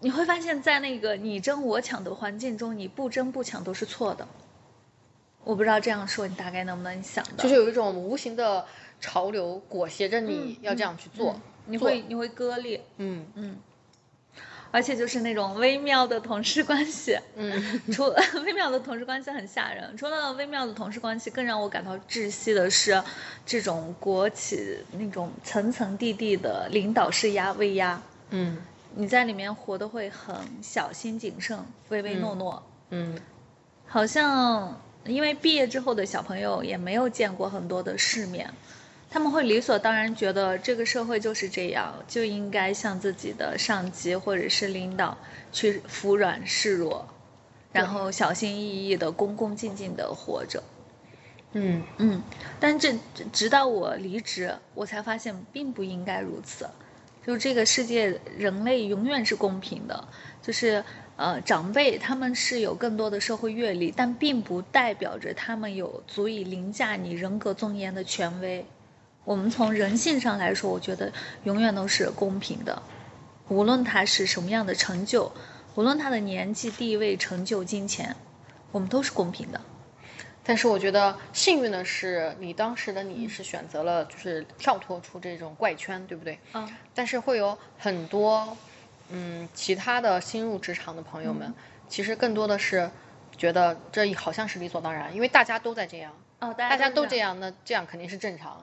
[SPEAKER 2] 你会发现在那个你争我抢的环境中，你不争不抢都是错的。我不知道这样说你大概能不能想到，
[SPEAKER 1] 就是有一种无形的潮流裹挟着你
[SPEAKER 2] 嗯
[SPEAKER 1] 要这样去做。
[SPEAKER 2] 你
[SPEAKER 1] 做
[SPEAKER 2] 会你会割裂，
[SPEAKER 1] 嗯
[SPEAKER 2] 嗯。而且就是那种微妙的同事关系，
[SPEAKER 1] 嗯，
[SPEAKER 2] 除 *laughs* 微妙的同事关系很吓人。除了微妙的同事关系，更让我感到窒息的是，这种国企那种层层递递的领导式压威压，
[SPEAKER 1] 嗯
[SPEAKER 2] 你在里面活得会很小心谨慎、唯唯诺诺，
[SPEAKER 1] 嗯
[SPEAKER 2] 好像因为毕业之后的小朋友也没有见过很多的世面，他们会理所当然觉得这个社会就是这样，就应该向自己的上级或者是领导去服软示弱，然后小心翼翼的、恭恭敬敬的活着。
[SPEAKER 1] 嗯
[SPEAKER 2] 嗯，但这直到我离职，我才发现并不应该如此。就这个世界，人类永远是公平的，就是呃，长辈他们是有更多的社会阅历，但并不代表着他们有足以凌驾你人格尊严的权威。我们从人性上来说，我觉得永远都是公平的，无论他是什么样的成就，无论他的年纪、地位、成就、金钱，我们都是公平的。
[SPEAKER 1] 但是我觉得幸运的是，你当时的你是选择了就是跳脱出这种怪圈，对不对？
[SPEAKER 2] 嗯
[SPEAKER 1] 但是会有很多，嗯，其他的新入职场的朋友
[SPEAKER 2] 嗯
[SPEAKER 1] 们，其实更多的是觉得这好像是理所当然，因为大家都在这样，
[SPEAKER 2] 哦，
[SPEAKER 1] 大家都哦
[SPEAKER 2] 这
[SPEAKER 1] 这
[SPEAKER 2] 样，
[SPEAKER 1] 样，那这样肯定是正常，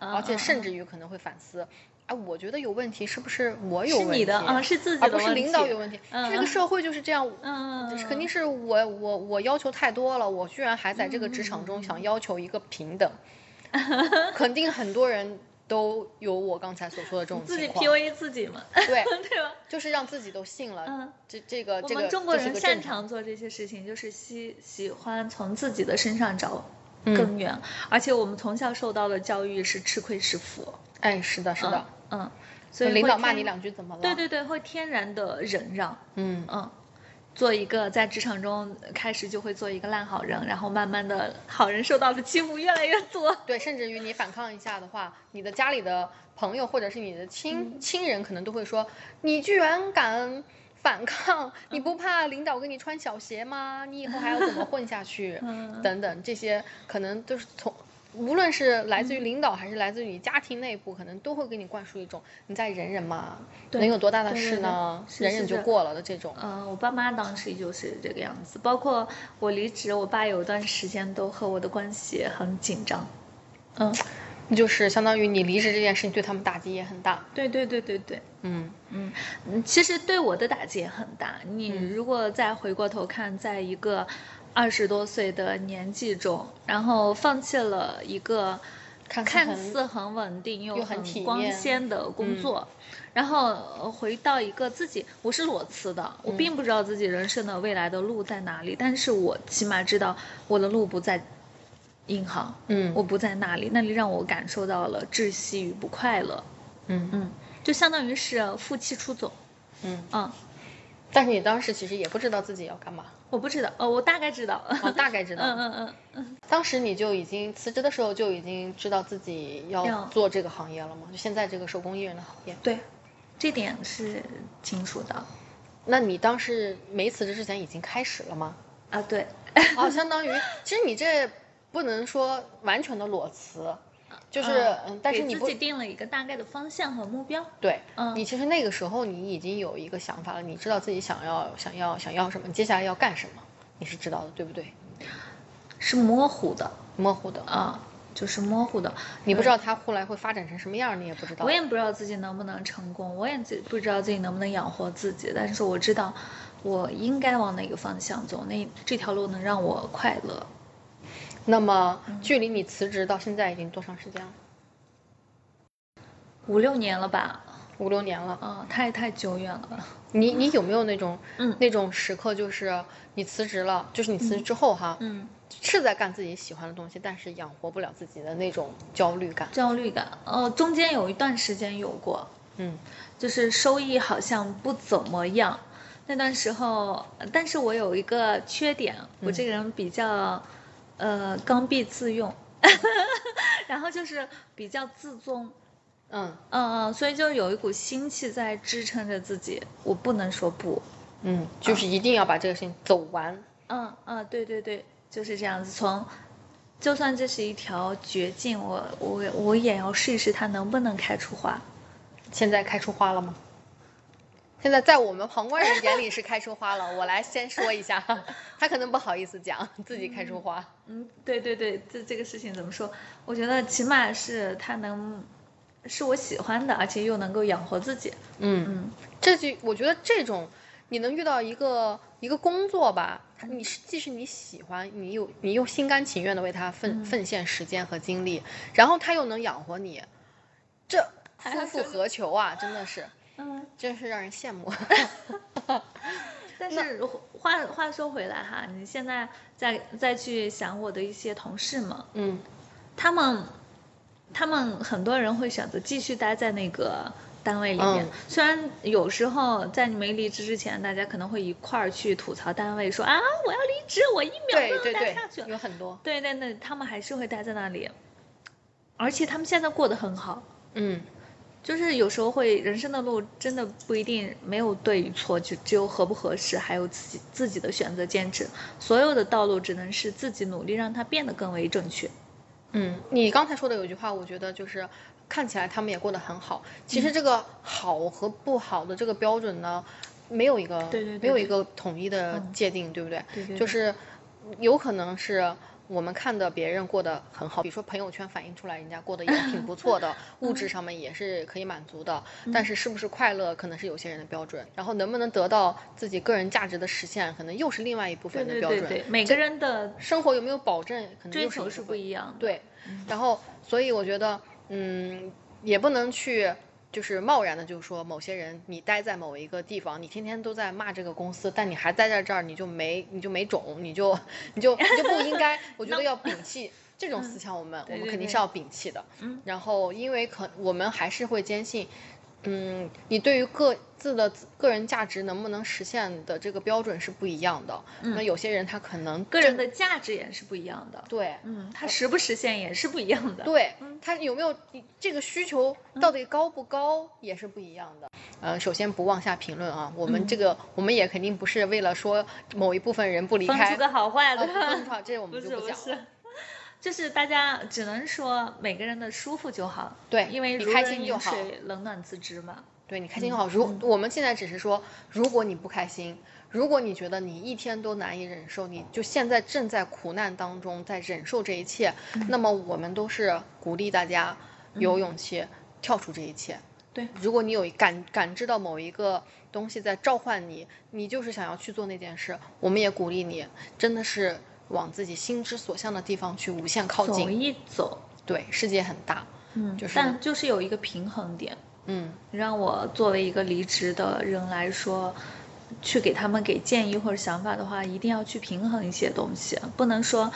[SPEAKER 2] 嗯
[SPEAKER 1] 而且
[SPEAKER 2] 嗯
[SPEAKER 1] 甚
[SPEAKER 2] 嗯
[SPEAKER 1] 至于可能会反思，啊，我觉得有问题，是不是我有
[SPEAKER 2] 是
[SPEAKER 1] 问题？
[SPEAKER 2] 你的啊，是自己
[SPEAKER 1] 而
[SPEAKER 2] 的
[SPEAKER 1] 不
[SPEAKER 2] 问题，
[SPEAKER 1] 是领导有问题，
[SPEAKER 2] 嗯
[SPEAKER 1] 是这个社会就是这样，
[SPEAKER 2] 嗯，嗯，
[SPEAKER 1] 是肯定是我我我要求太多了，我居然还在这个职场中
[SPEAKER 2] 嗯
[SPEAKER 1] 想要求一个平等，肯定很多人都有我刚才所说的这种
[SPEAKER 2] *laughs* 自己
[SPEAKER 1] 情况，
[SPEAKER 2] PUA 自己嘛，
[SPEAKER 1] 对，
[SPEAKER 2] *laughs* 对吧？
[SPEAKER 1] 就是让自己都信了，
[SPEAKER 2] 嗯，
[SPEAKER 1] 这这个
[SPEAKER 2] 我
[SPEAKER 1] 这个
[SPEAKER 2] 们中国
[SPEAKER 1] 这是
[SPEAKER 2] 人
[SPEAKER 1] 个
[SPEAKER 2] 擅
[SPEAKER 1] 正常，
[SPEAKER 2] 长做这些事情，就是喜喜欢从自己的身上找
[SPEAKER 1] 嗯
[SPEAKER 2] 根源，而且我们从小受到的教育是吃亏是福，
[SPEAKER 1] 哎，是的，是的，
[SPEAKER 2] 嗯，嗯，所以
[SPEAKER 1] 领
[SPEAKER 2] 会
[SPEAKER 1] 导骂
[SPEAKER 2] 天
[SPEAKER 1] 你，两句怎么了？
[SPEAKER 2] 对，对对，会天然的忍让，
[SPEAKER 1] 嗯
[SPEAKER 2] 嗯。做一个在职场中开始就会做一个烂好人，然后慢慢的好人受到的欺负越来越多。
[SPEAKER 1] 对，甚至于你反抗一下的话，你的家里的朋友或者是你的亲、
[SPEAKER 2] 嗯
[SPEAKER 1] 亲人可能都会说，你居然敢。反抗！你不怕领导给你穿小鞋吗？你以后还要怎么混下去？
[SPEAKER 2] *laughs* 嗯，
[SPEAKER 1] 等等，这些可能都是从，无论是来自于领导还是来自于你家庭内部，可能都会给你灌输一种你再忍忍嘛，
[SPEAKER 2] 对
[SPEAKER 1] 能有多大的
[SPEAKER 2] 对对
[SPEAKER 1] 事
[SPEAKER 2] 对
[SPEAKER 1] 呢？
[SPEAKER 2] 是
[SPEAKER 1] 忍
[SPEAKER 2] 是
[SPEAKER 1] 忍就是过了的这种。
[SPEAKER 2] 嗯，我爸妈当时就是这个样子，包括我离职，我爸有一段时间都和我的关系很紧张。嗯，
[SPEAKER 1] 就是相当于你离职这件事情对他们打击也很大。
[SPEAKER 2] 对对对对对，
[SPEAKER 1] 嗯
[SPEAKER 2] 嗯，嗯其实对我的打击也很大。你
[SPEAKER 1] 嗯
[SPEAKER 2] 如果再回过头看，在一个二十多岁的年纪中，然后放弃了一个
[SPEAKER 1] 看似
[SPEAKER 2] 看
[SPEAKER 1] 很
[SPEAKER 2] 似很稳定又
[SPEAKER 1] 又很体
[SPEAKER 2] 光
[SPEAKER 1] 面嗯
[SPEAKER 2] 鲜的工作，然后呃回到一个自己，我是裸辞的，我
[SPEAKER 1] 嗯
[SPEAKER 2] 并不知道自己人生的未来的路在哪里，但是我起码知道我的路不在银行，
[SPEAKER 1] 嗯
[SPEAKER 2] 我不在那里，那里让我感受到了窒息与不快乐。
[SPEAKER 1] 嗯
[SPEAKER 2] 嗯，就相当于是负气出走。
[SPEAKER 1] 嗯。
[SPEAKER 2] 嗯，
[SPEAKER 1] 但是你当时其实也不知道自己要干
[SPEAKER 2] *laughs*
[SPEAKER 1] 嘛，
[SPEAKER 2] 我不知道，呃，我大概知道。
[SPEAKER 1] 哦，大 *laughs* 概知
[SPEAKER 2] 嗯
[SPEAKER 1] 道。
[SPEAKER 2] 嗯嗯嗯，
[SPEAKER 1] 当时你就已经辞职的时候就已经知道自己要
[SPEAKER 2] 要
[SPEAKER 1] 做这个行业了吗？就现在这个手工艺人的行业。
[SPEAKER 2] 对，这点是清楚的。
[SPEAKER 1] 那你当时没辞职之前已经开始了吗？
[SPEAKER 2] *laughs* 啊，对，
[SPEAKER 1] 哦，相当于其实你这不能说完全的裸辞，就是
[SPEAKER 2] 嗯
[SPEAKER 1] 嗯，但是
[SPEAKER 2] 给
[SPEAKER 1] 你
[SPEAKER 2] 自
[SPEAKER 1] 不
[SPEAKER 2] 己定了一个大概的方向和目标。
[SPEAKER 1] 对，
[SPEAKER 2] 嗯
[SPEAKER 1] 你其实那个时候你已经有一个想法了，你知道自己想要想要想要什么，接下来要干什么，你是知道的，对不对？
[SPEAKER 2] 是模糊的
[SPEAKER 1] 模糊的，
[SPEAKER 2] 啊，就是模糊的。
[SPEAKER 1] 你不知道它后来会发展成什么样，你也不知道。
[SPEAKER 2] 我也不知道自己能不能成功，我也自不知道自己能不能养活自己，但是我知道我应该往哪个方向走，那这条路能让我快乐。
[SPEAKER 1] 那么，距离你辞职到现在已经多长时间了？
[SPEAKER 2] 五六年了吧，
[SPEAKER 1] 五六年了。
[SPEAKER 2] 啊，太太久远了。
[SPEAKER 1] 你你有没有那种
[SPEAKER 2] 嗯
[SPEAKER 1] 那种时刻，就是你辞职了，就是你辞职之后哈，
[SPEAKER 2] 嗯，
[SPEAKER 1] 是在干自己喜欢的东西，但是养活不了自己的那种焦虑感。
[SPEAKER 2] 焦虑感，呃，中间有一段时间有过，
[SPEAKER 1] 嗯
[SPEAKER 2] 就是收益好像不怎么样。那段时候，呃但是我有一个缺点，我这个人比较，呃，刚愎自用， *laughs* 然后就是比较自尊，
[SPEAKER 1] 嗯
[SPEAKER 2] 嗯、所以就有一股心气在支撑着自己，我不能说不，
[SPEAKER 1] 嗯，就是一定要把这个事情走完。
[SPEAKER 2] 嗯嗯，对对对，就是这样子。从，就算这是一条绝境，我我我也要试一试它能不能开出花。
[SPEAKER 1] 现在开出花了吗？现在在我们旁观人眼里是开出花了，我来先说一下， *laughs* 他可能不好意思讲自己开出花。
[SPEAKER 2] 嗯，对对对，这这个事情怎么说？我觉得起码是他能，是我喜欢的，而且又能够养活自己。
[SPEAKER 1] 嗯，
[SPEAKER 2] 嗯，
[SPEAKER 1] 这句我觉得这种你能遇到一个一个工作吧，你是既是你喜欢，你有你又心甘情愿的为他奉、
[SPEAKER 2] 嗯
[SPEAKER 1] 奉献时间和精力，然后他又能养活你，这
[SPEAKER 2] 还
[SPEAKER 1] 夫
[SPEAKER 2] 要
[SPEAKER 1] 复
[SPEAKER 2] 说
[SPEAKER 1] 何求啊？真的是，
[SPEAKER 2] 嗯，
[SPEAKER 1] 真是让人羡慕。
[SPEAKER 2] 但是话话说回来哈，你现在再再去想我的一些同事们，
[SPEAKER 1] 嗯
[SPEAKER 2] 他们他们很多人会选择继续待在那个单位里面，
[SPEAKER 1] 嗯
[SPEAKER 2] 虽然有时候在你没离职之前，大家可能会一块儿去吐槽单位，说啊我要离职，我一秒
[SPEAKER 1] 对
[SPEAKER 2] 都
[SPEAKER 1] 对
[SPEAKER 2] 能 *laughs* 待下去。
[SPEAKER 1] 对，有很多。
[SPEAKER 2] 对对对，他们还是会待在那里，而且他们现在过得很好。
[SPEAKER 1] 嗯，
[SPEAKER 2] 就是有时候会，人生的路真的不一定没有对与错，就只有合不合适，还有自己自己的选择坚持。所有的道路只能是自己努力让它变得更为正确。
[SPEAKER 1] 嗯，你刚才说的有一句话，我觉得就是看起来他们也过得很好。其
[SPEAKER 2] 嗯
[SPEAKER 1] 实这个好和不好的这个标准呢，没有一个
[SPEAKER 2] 对对对
[SPEAKER 1] 没有一
[SPEAKER 2] 对
[SPEAKER 1] 个统一的
[SPEAKER 2] 嗯
[SPEAKER 1] 界定，对不对？
[SPEAKER 2] 对对
[SPEAKER 1] 就
[SPEAKER 2] 对
[SPEAKER 1] 是有可能是我们看的别人过得很好，比如说朋友圈反映出来人家过得也挺不错
[SPEAKER 2] *laughs*
[SPEAKER 1] 的，物质上面也是可以满足的，
[SPEAKER 2] 嗯
[SPEAKER 1] 但是是不是快乐可能是有些人的标准，然后能不能得到自己个人价值的实现，可能又是另外一部
[SPEAKER 2] 对
[SPEAKER 1] 分的
[SPEAKER 2] 对
[SPEAKER 1] 标
[SPEAKER 2] 对
[SPEAKER 1] 准。
[SPEAKER 2] 对，每个人的
[SPEAKER 1] 生活有没有保证，可能
[SPEAKER 2] 追
[SPEAKER 1] 又是
[SPEAKER 2] 求
[SPEAKER 1] 一
[SPEAKER 2] 是
[SPEAKER 1] 部
[SPEAKER 2] 不
[SPEAKER 1] 分
[SPEAKER 2] 一样的。
[SPEAKER 1] 对，然后所以我觉得，嗯，也不能去就是贸然的就说某些人你待在某一个地方，你天天都在骂这个公司，但你还待在这儿，你就没你就没种，你就你就你就不应
[SPEAKER 2] *laughs*
[SPEAKER 1] 该，我觉得要摒弃。这种思想，我们、我
[SPEAKER 2] 嗯对
[SPEAKER 1] 们
[SPEAKER 2] 对
[SPEAKER 1] 肯定
[SPEAKER 2] 对
[SPEAKER 1] 是要摒弃的。
[SPEAKER 2] 嗯
[SPEAKER 1] 然后，因为可我们还是会坚信，嗯，你对于各自的个人价值能不能实现的这个标准是不一样的。那有些人他可能
[SPEAKER 2] 嗯个人
[SPEAKER 1] 真
[SPEAKER 2] 的价值也是不一样的。
[SPEAKER 1] 对，
[SPEAKER 2] 嗯，他实不实现也是不一样的。
[SPEAKER 1] 对，
[SPEAKER 2] 嗯
[SPEAKER 1] 他有没有这个需求到底高不高也是不一样的。呃，首先不妄下评论啊，我们
[SPEAKER 2] 嗯
[SPEAKER 1] 这个、我们也肯定不是为了说某一部分人不离
[SPEAKER 2] 分
[SPEAKER 1] 开，
[SPEAKER 2] 出个好 *laughs* 坏
[SPEAKER 1] 啊
[SPEAKER 2] 来。
[SPEAKER 1] 不分出来这我
[SPEAKER 2] 不
[SPEAKER 1] 们就是
[SPEAKER 2] 不
[SPEAKER 1] 讲了。
[SPEAKER 2] 是，就是大家只能说每个人的舒服就好。
[SPEAKER 1] 对
[SPEAKER 2] 因为
[SPEAKER 1] 你
[SPEAKER 2] 如
[SPEAKER 1] 开
[SPEAKER 2] 人
[SPEAKER 1] 心
[SPEAKER 2] 饮
[SPEAKER 1] 就好
[SPEAKER 2] 水，冷暖自知嘛。
[SPEAKER 1] 对你开
[SPEAKER 2] 嗯
[SPEAKER 1] 心就好。如、我们现在只是说，如果你不开心，如果你觉得你一天都难以忍受，你就现在正在苦难当中，在忍受这一切，
[SPEAKER 2] 嗯
[SPEAKER 1] 那么我们都是鼓励大家有勇气跳出这一切。
[SPEAKER 2] 对，
[SPEAKER 1] 如果你有感感知到某一个东西在召唤你，你就是想要去做那件事，我们也鼓励你，真的是往自己心之所向的地方去无限靠
[SPEAKER 2] 走
[SPEAKER 1] 近。
[SPEAKER 2] 一走，
[SPEAKER 1] 对，世界很大，
[SPEAKER 2] 嗯
[SPEAKER 1] 就是
[SPEAKER 2] 但就是有一个平衡点，
[SPEAKER 1] 嗯
[SPEAKER 2] 让我作为一个离职的人来说，去给他们给建议或者想法的话，一定要去平衡一些东西，不能说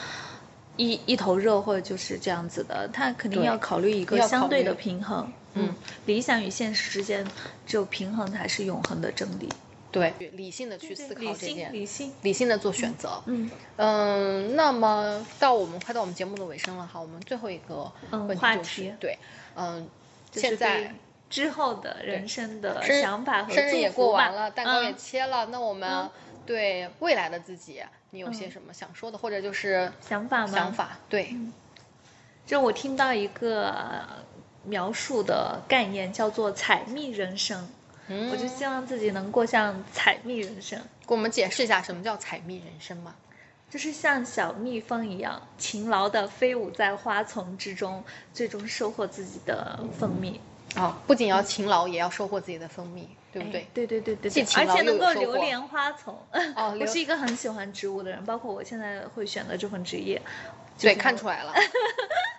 [SPEAKER 2] 一一头热或者就是这样子的，他肯定
[SPEAKER 1] 对
[SPEAKER 2] 要考虑一个
[SPEAKER 1] 要考
[SPEAKER 2] 相对的
[SPEAKER 1] 虑
[SPEAKER 2] 平衡。
[SPEAKER 1] 嗯，
[SPEAKER 2] 理想与现实之间，只有平衡才是永恒的真理。
[SPEAKER 1] 对，理性的去思考
[SPEAKER 2] 理
[SPEAKER 1] 这件，
[SPEAKER 2] 性，理性。
[SPEAKER 1] 理性的做选择。
[SPEAKER 2] 嗯
[SPEAKER 1] 嗯，那么到我们快到我们节目的尾声了哈，我们最后一个
[SPEAKER 2] 嗯
[SPEAKER 1] 问题
[SPEAKER 2] 话
[SPEAKER 1] 就是、
[SPEAKER 2] 题
[SPEAKER 1] 对，嗯，
[SPEAKER 2] 就是
[SPEAKER 1] 现在
[SPEAKER 2] 对之后的人生的
[SPEAKER 1] 生
[SPEAKER 2] 想法和
[SPEAKER 1] 生日
[SPEAKER 2] 祝
[SPEAKER 1] 也
[SPEAKER 2] 福
[SPEAKER 1] 过完
[SPEAKER 2] 吧
[SPEAKER 1] 了，蛋糕也
[SPEAKER 2] 嗯
[SPEAKER 1] 切了，那我们
[SPEAKER 2] 嗯
[SPEAKER 1] 对未来的自己，你有些
[SPEAKER 2] 嗯
[SPEAKER 1] 什么想说的，或者就是
[SPEAKER 2] 想法吗？
[SPEAKER 1] 想法？对，
[SPEAKER 2] 嗯就我听到一个呃描述的概念叫做“采蜜人生”，
[SPEAKER 1] 嗯，
[SPEAKER 2] 我就希望自己能过像采蜜人生，
[SPEAKER 1] 给我们解释一下什么叫采蜜人生嘛？
[SPEAKER 2] 就是像小蜜蜂一样勤劳的飞舞在花丛之中，最终收获自己的蜂蜜，
[SPEAKER 1] 啊，不仅要勤劳，也要收获自己的蜂蜜，对嗯不对？
[SPEAKER 2] 哎对对对对
[SPEAKER 1] 既
[SPEAKER 2] 对，
[SPEAKER 1] 勤
[SPEAKER 2] 而
[SPEAKER 1] 劳
[SPEAKER 2] 且
[SPEAKER 1] 又
[SPEAKER 2] 能
[SPEAKER 1] 有
[SPEAKER 2] 够
[SPEAKER 1] 收
[SPEAKER 2] 流
[SPEAKER 1] 获
[SPEAKER 2] 连花丛。
[SPEAKER 1] 哦
[SPEAKER 2] 哎 *laughs* 我
[SPEAKER 1] 流
[SPEAKER 2] 是一个很喜欢植物的人，包括我现在会选择这份职业，
[SPEAKER 1] 对，看出
[SPEAKER 2] *laughs*
[SPEAKER 1] 来了，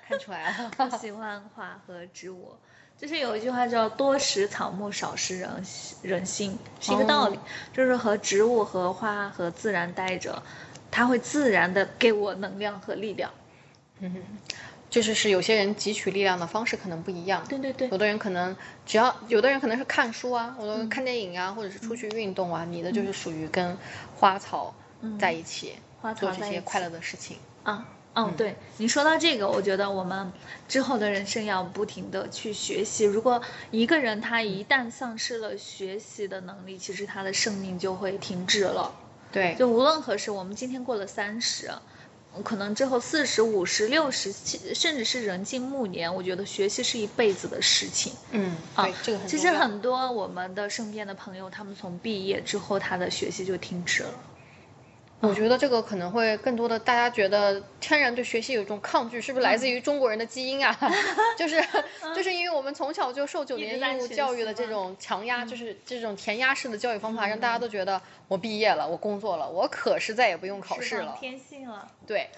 [SPEAKER 1] 看出来了。 *laughs*
[SPEAKER 2] 我喜欢花和植物，就是有一句话叫“多识草木，少识人心人心”，是一个道理。就是和植物、和花、和自然待着，它会自然的给我能量和力量。
[SPEAKER 1] 就是是有些人汲取力量的方式可能不一样，
[SPEAKER 2] 对对对
[SPEAKER 1] 有，的人可能只要有的人可能是看书啊，有的
[SPEAKER 2] 嗯
[SPEAKER 1] 人看电影啊，或者是出去运动啊，你的就是属于跟花草在一起，
[SPEAKER 2] 嗯花
[SPEAKER 1] 做
[SPEAKER 2] 草
[SPEAKER 1] 这
[SPEAKER 2] 在一
[SPEAKER 1] 些
[SPEAKER 2] 起
[SPEAKER 1] 快乐的事情。
[SPEAKER 2] 啊。哦，
[SPEAKER 1] 嗯
[SPEAKER 2] 对你说到这个，我觉得我们之后的人生要不停的去学习。如果一个人他一旦丧失了学习的能力，其实他的生命就会停滞了。
[SPEAKER 1] 对，
[SPEAKER 2] 就无论何时，我们今天过了三十，可能之后四十五、十六、十七，甚至是人近暮年，我觉得学习是一辈子的事情。
[SPEAKER 1] 嗯，
[SPEAKER 2] 啊
[SPEAKER 1] 对，这个很
[SPEAKER 2] 其
[SPEAKER 1] 重
[SPEAKER 2] 实
[SPEAKER 1] 要
[SPEAKER 2] 很多我们的身边的朋友，他们从毕业之后，他的学习就停止了。
[SPEAKER 1] 我觉得这个可能会更多的，大家觉得天然对学习有一种抗拒，是不是来自
[SPEAKER 2] 嗯
[SPEAKER 1] 于中国人的基因
[SPEAKER 2] *laughs*
[SPEAKER 1] 啊？就是就是因为我们从小就受九
[SPEAKER 2] 一直
[SPEAKER 1] 年
[SPEAKER 2] 在
[SPEAKER 1] 义务
[SPEAKER 2] 学
[SPEAKER 1] 教
[SPEAKER 2] 习嗯
[SPEAKER 1] 育的这
[SPEAKER 2] 嘛
[SPEAKER 1] 种强压，就是这种填鸭式的教育方
[SPEAKER 2] 嗯
[SPEAKER 1] 法，让大家都觉得我毕业了，我工作了，我可是再也不用考试哦了。
[SPEAKER 2] 天性了，
[SPEAKER 1] 对，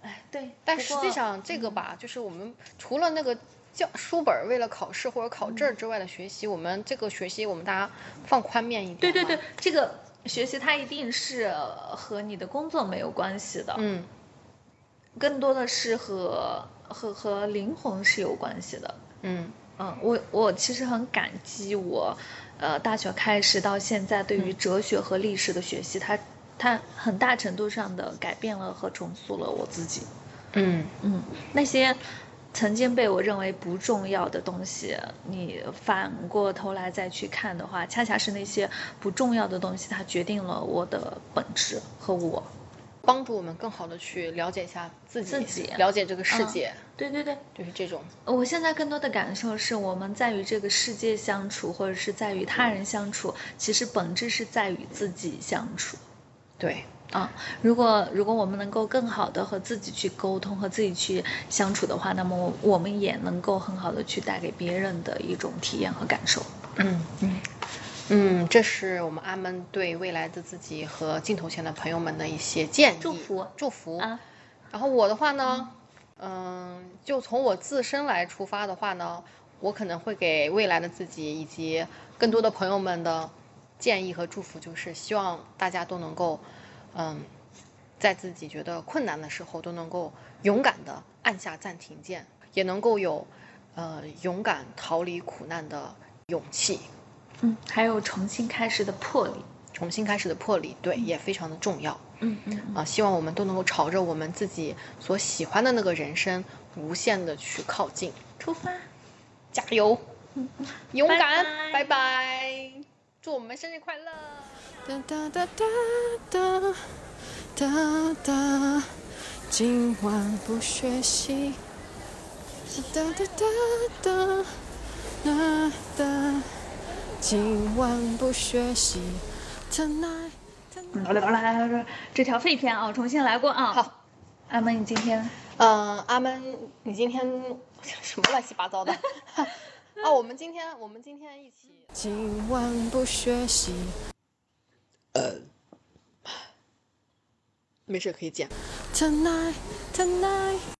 [SPEAKER 2] 哎，对。
[SPEAKER 1] 但
[SPEAKER 2] 不
[SPEAKER 1] 实
[SPEAKER 2] 过嗯
[SPEAKER 1] 际，上这个吧，就是我们除了那个教书本儿为了考试或者考
[SPEAKER 2] 嗯
[SPEAKER 1] 证儿之外的学习，我们这个学习我们大家放宽面一点。
[SPEAKER 2] 对对对，，这个学习它一定是呃和你的工作没有关系的，
[SPEAKER 1] 嗯，
[SPEAKER 2] 更多的是和和和灵魂是有关系的。
[SPEAKER 1] 嗯
[SPEAKER 2] 嗯，我我其实很感激我，呃，大学开始到现在对于哲学和历史的学习，它它很大程度上的改变了和重塑了我自己。
[SPEAKER 1] 嗯
[SPEAKER 2] 嗯，那些曾经被我认为不重要的东西，你反过头来再去看的话，恰恰是那些不重要的东西，它决定了我的本质和我。
[SPEAKER 1] 帮助我们更好的去了解一下自己，
[SPEAKER 2] 自己
[SPEAKER 1] 了解这个世
[SPEAKER 2] 嗯
[SPEAKER 1] 界，
[SPEAKER 2] 对对对，
[SPEAKER 1] 就是这种。
[SPEAKER 2] 我现在更多的感受是，我们在与这个世界相处，或者是在与他人相处，其实本质是在与自己相处。
[SPEAKER 1] 对，
[SPEAKER 2] 啊，如果如果我们能够更好的和自己去沟通，和自己去相处的话，那么我我们也能够很好的去带给别人的一种体验和感受。
[SPEAKER 1] 嗯
[SPEAKER 2] 嗯
[SPEAKER 1] 嗯，这是我们阿闷对未来的自己和镜头前的朋友们的一些建议、
[SPEAKER 2] 祝福
[SPEAKER 1] 祝福。
[SPEAKER 2] 啊，
[SPEAKER 1] 然后我的话呢，嗯，就从我自身来出发的话呢，我可能会给未来的自己以及更多的朋友们的建议和祝福，就是希望大家都能够，嗯，在自己觉得困难的时候，都能够勇敢的按下暂停键，也能够有，呃，勇敢逃离苦难的勇气，
[SPEAKER 2] 嗯，还有重新开始的魄力。
[SPEAKER 1] 重新开始的魄力，对，也非常的重要。
[SPEAKER 2] 嗯嗯嗯，
[SPEAKER 1] 啊，希望我们都能够朝着我们自己所喜欢的那个人生无限的去靠近，
[SPEAKER 2] 出发。
[SPEAKER 1] 加油，勇
[SPEAKER 2] 拜
[SPEAKER 1] 敢，
[SPEAKER 2] 拜
[SPEAKER 1] 嗯拜拜，祝我们生日快乐！
[SPEAKER 3] 哒哒哒哒哒哒哒，今晚不学习。哒哒哒哒哒哒，今晚不学习。Tonight。
[SPEAKER 2] 嗯，好了好了好了，这条废片啊，重新来过啊。
[SPEAKER 1] 好，
[SPEAKER 2] 阿妹，你今天
[SPEAKER 1] 嗯、阿闷，你今天什么乱七八糟的？ *laughs* 啊，我们今天我们今天一起。
[SPEAKER 3] 今晚不学习，
[SPEAKER 1] 没事可以剪。
[SPEAKER 3] tonight tonight。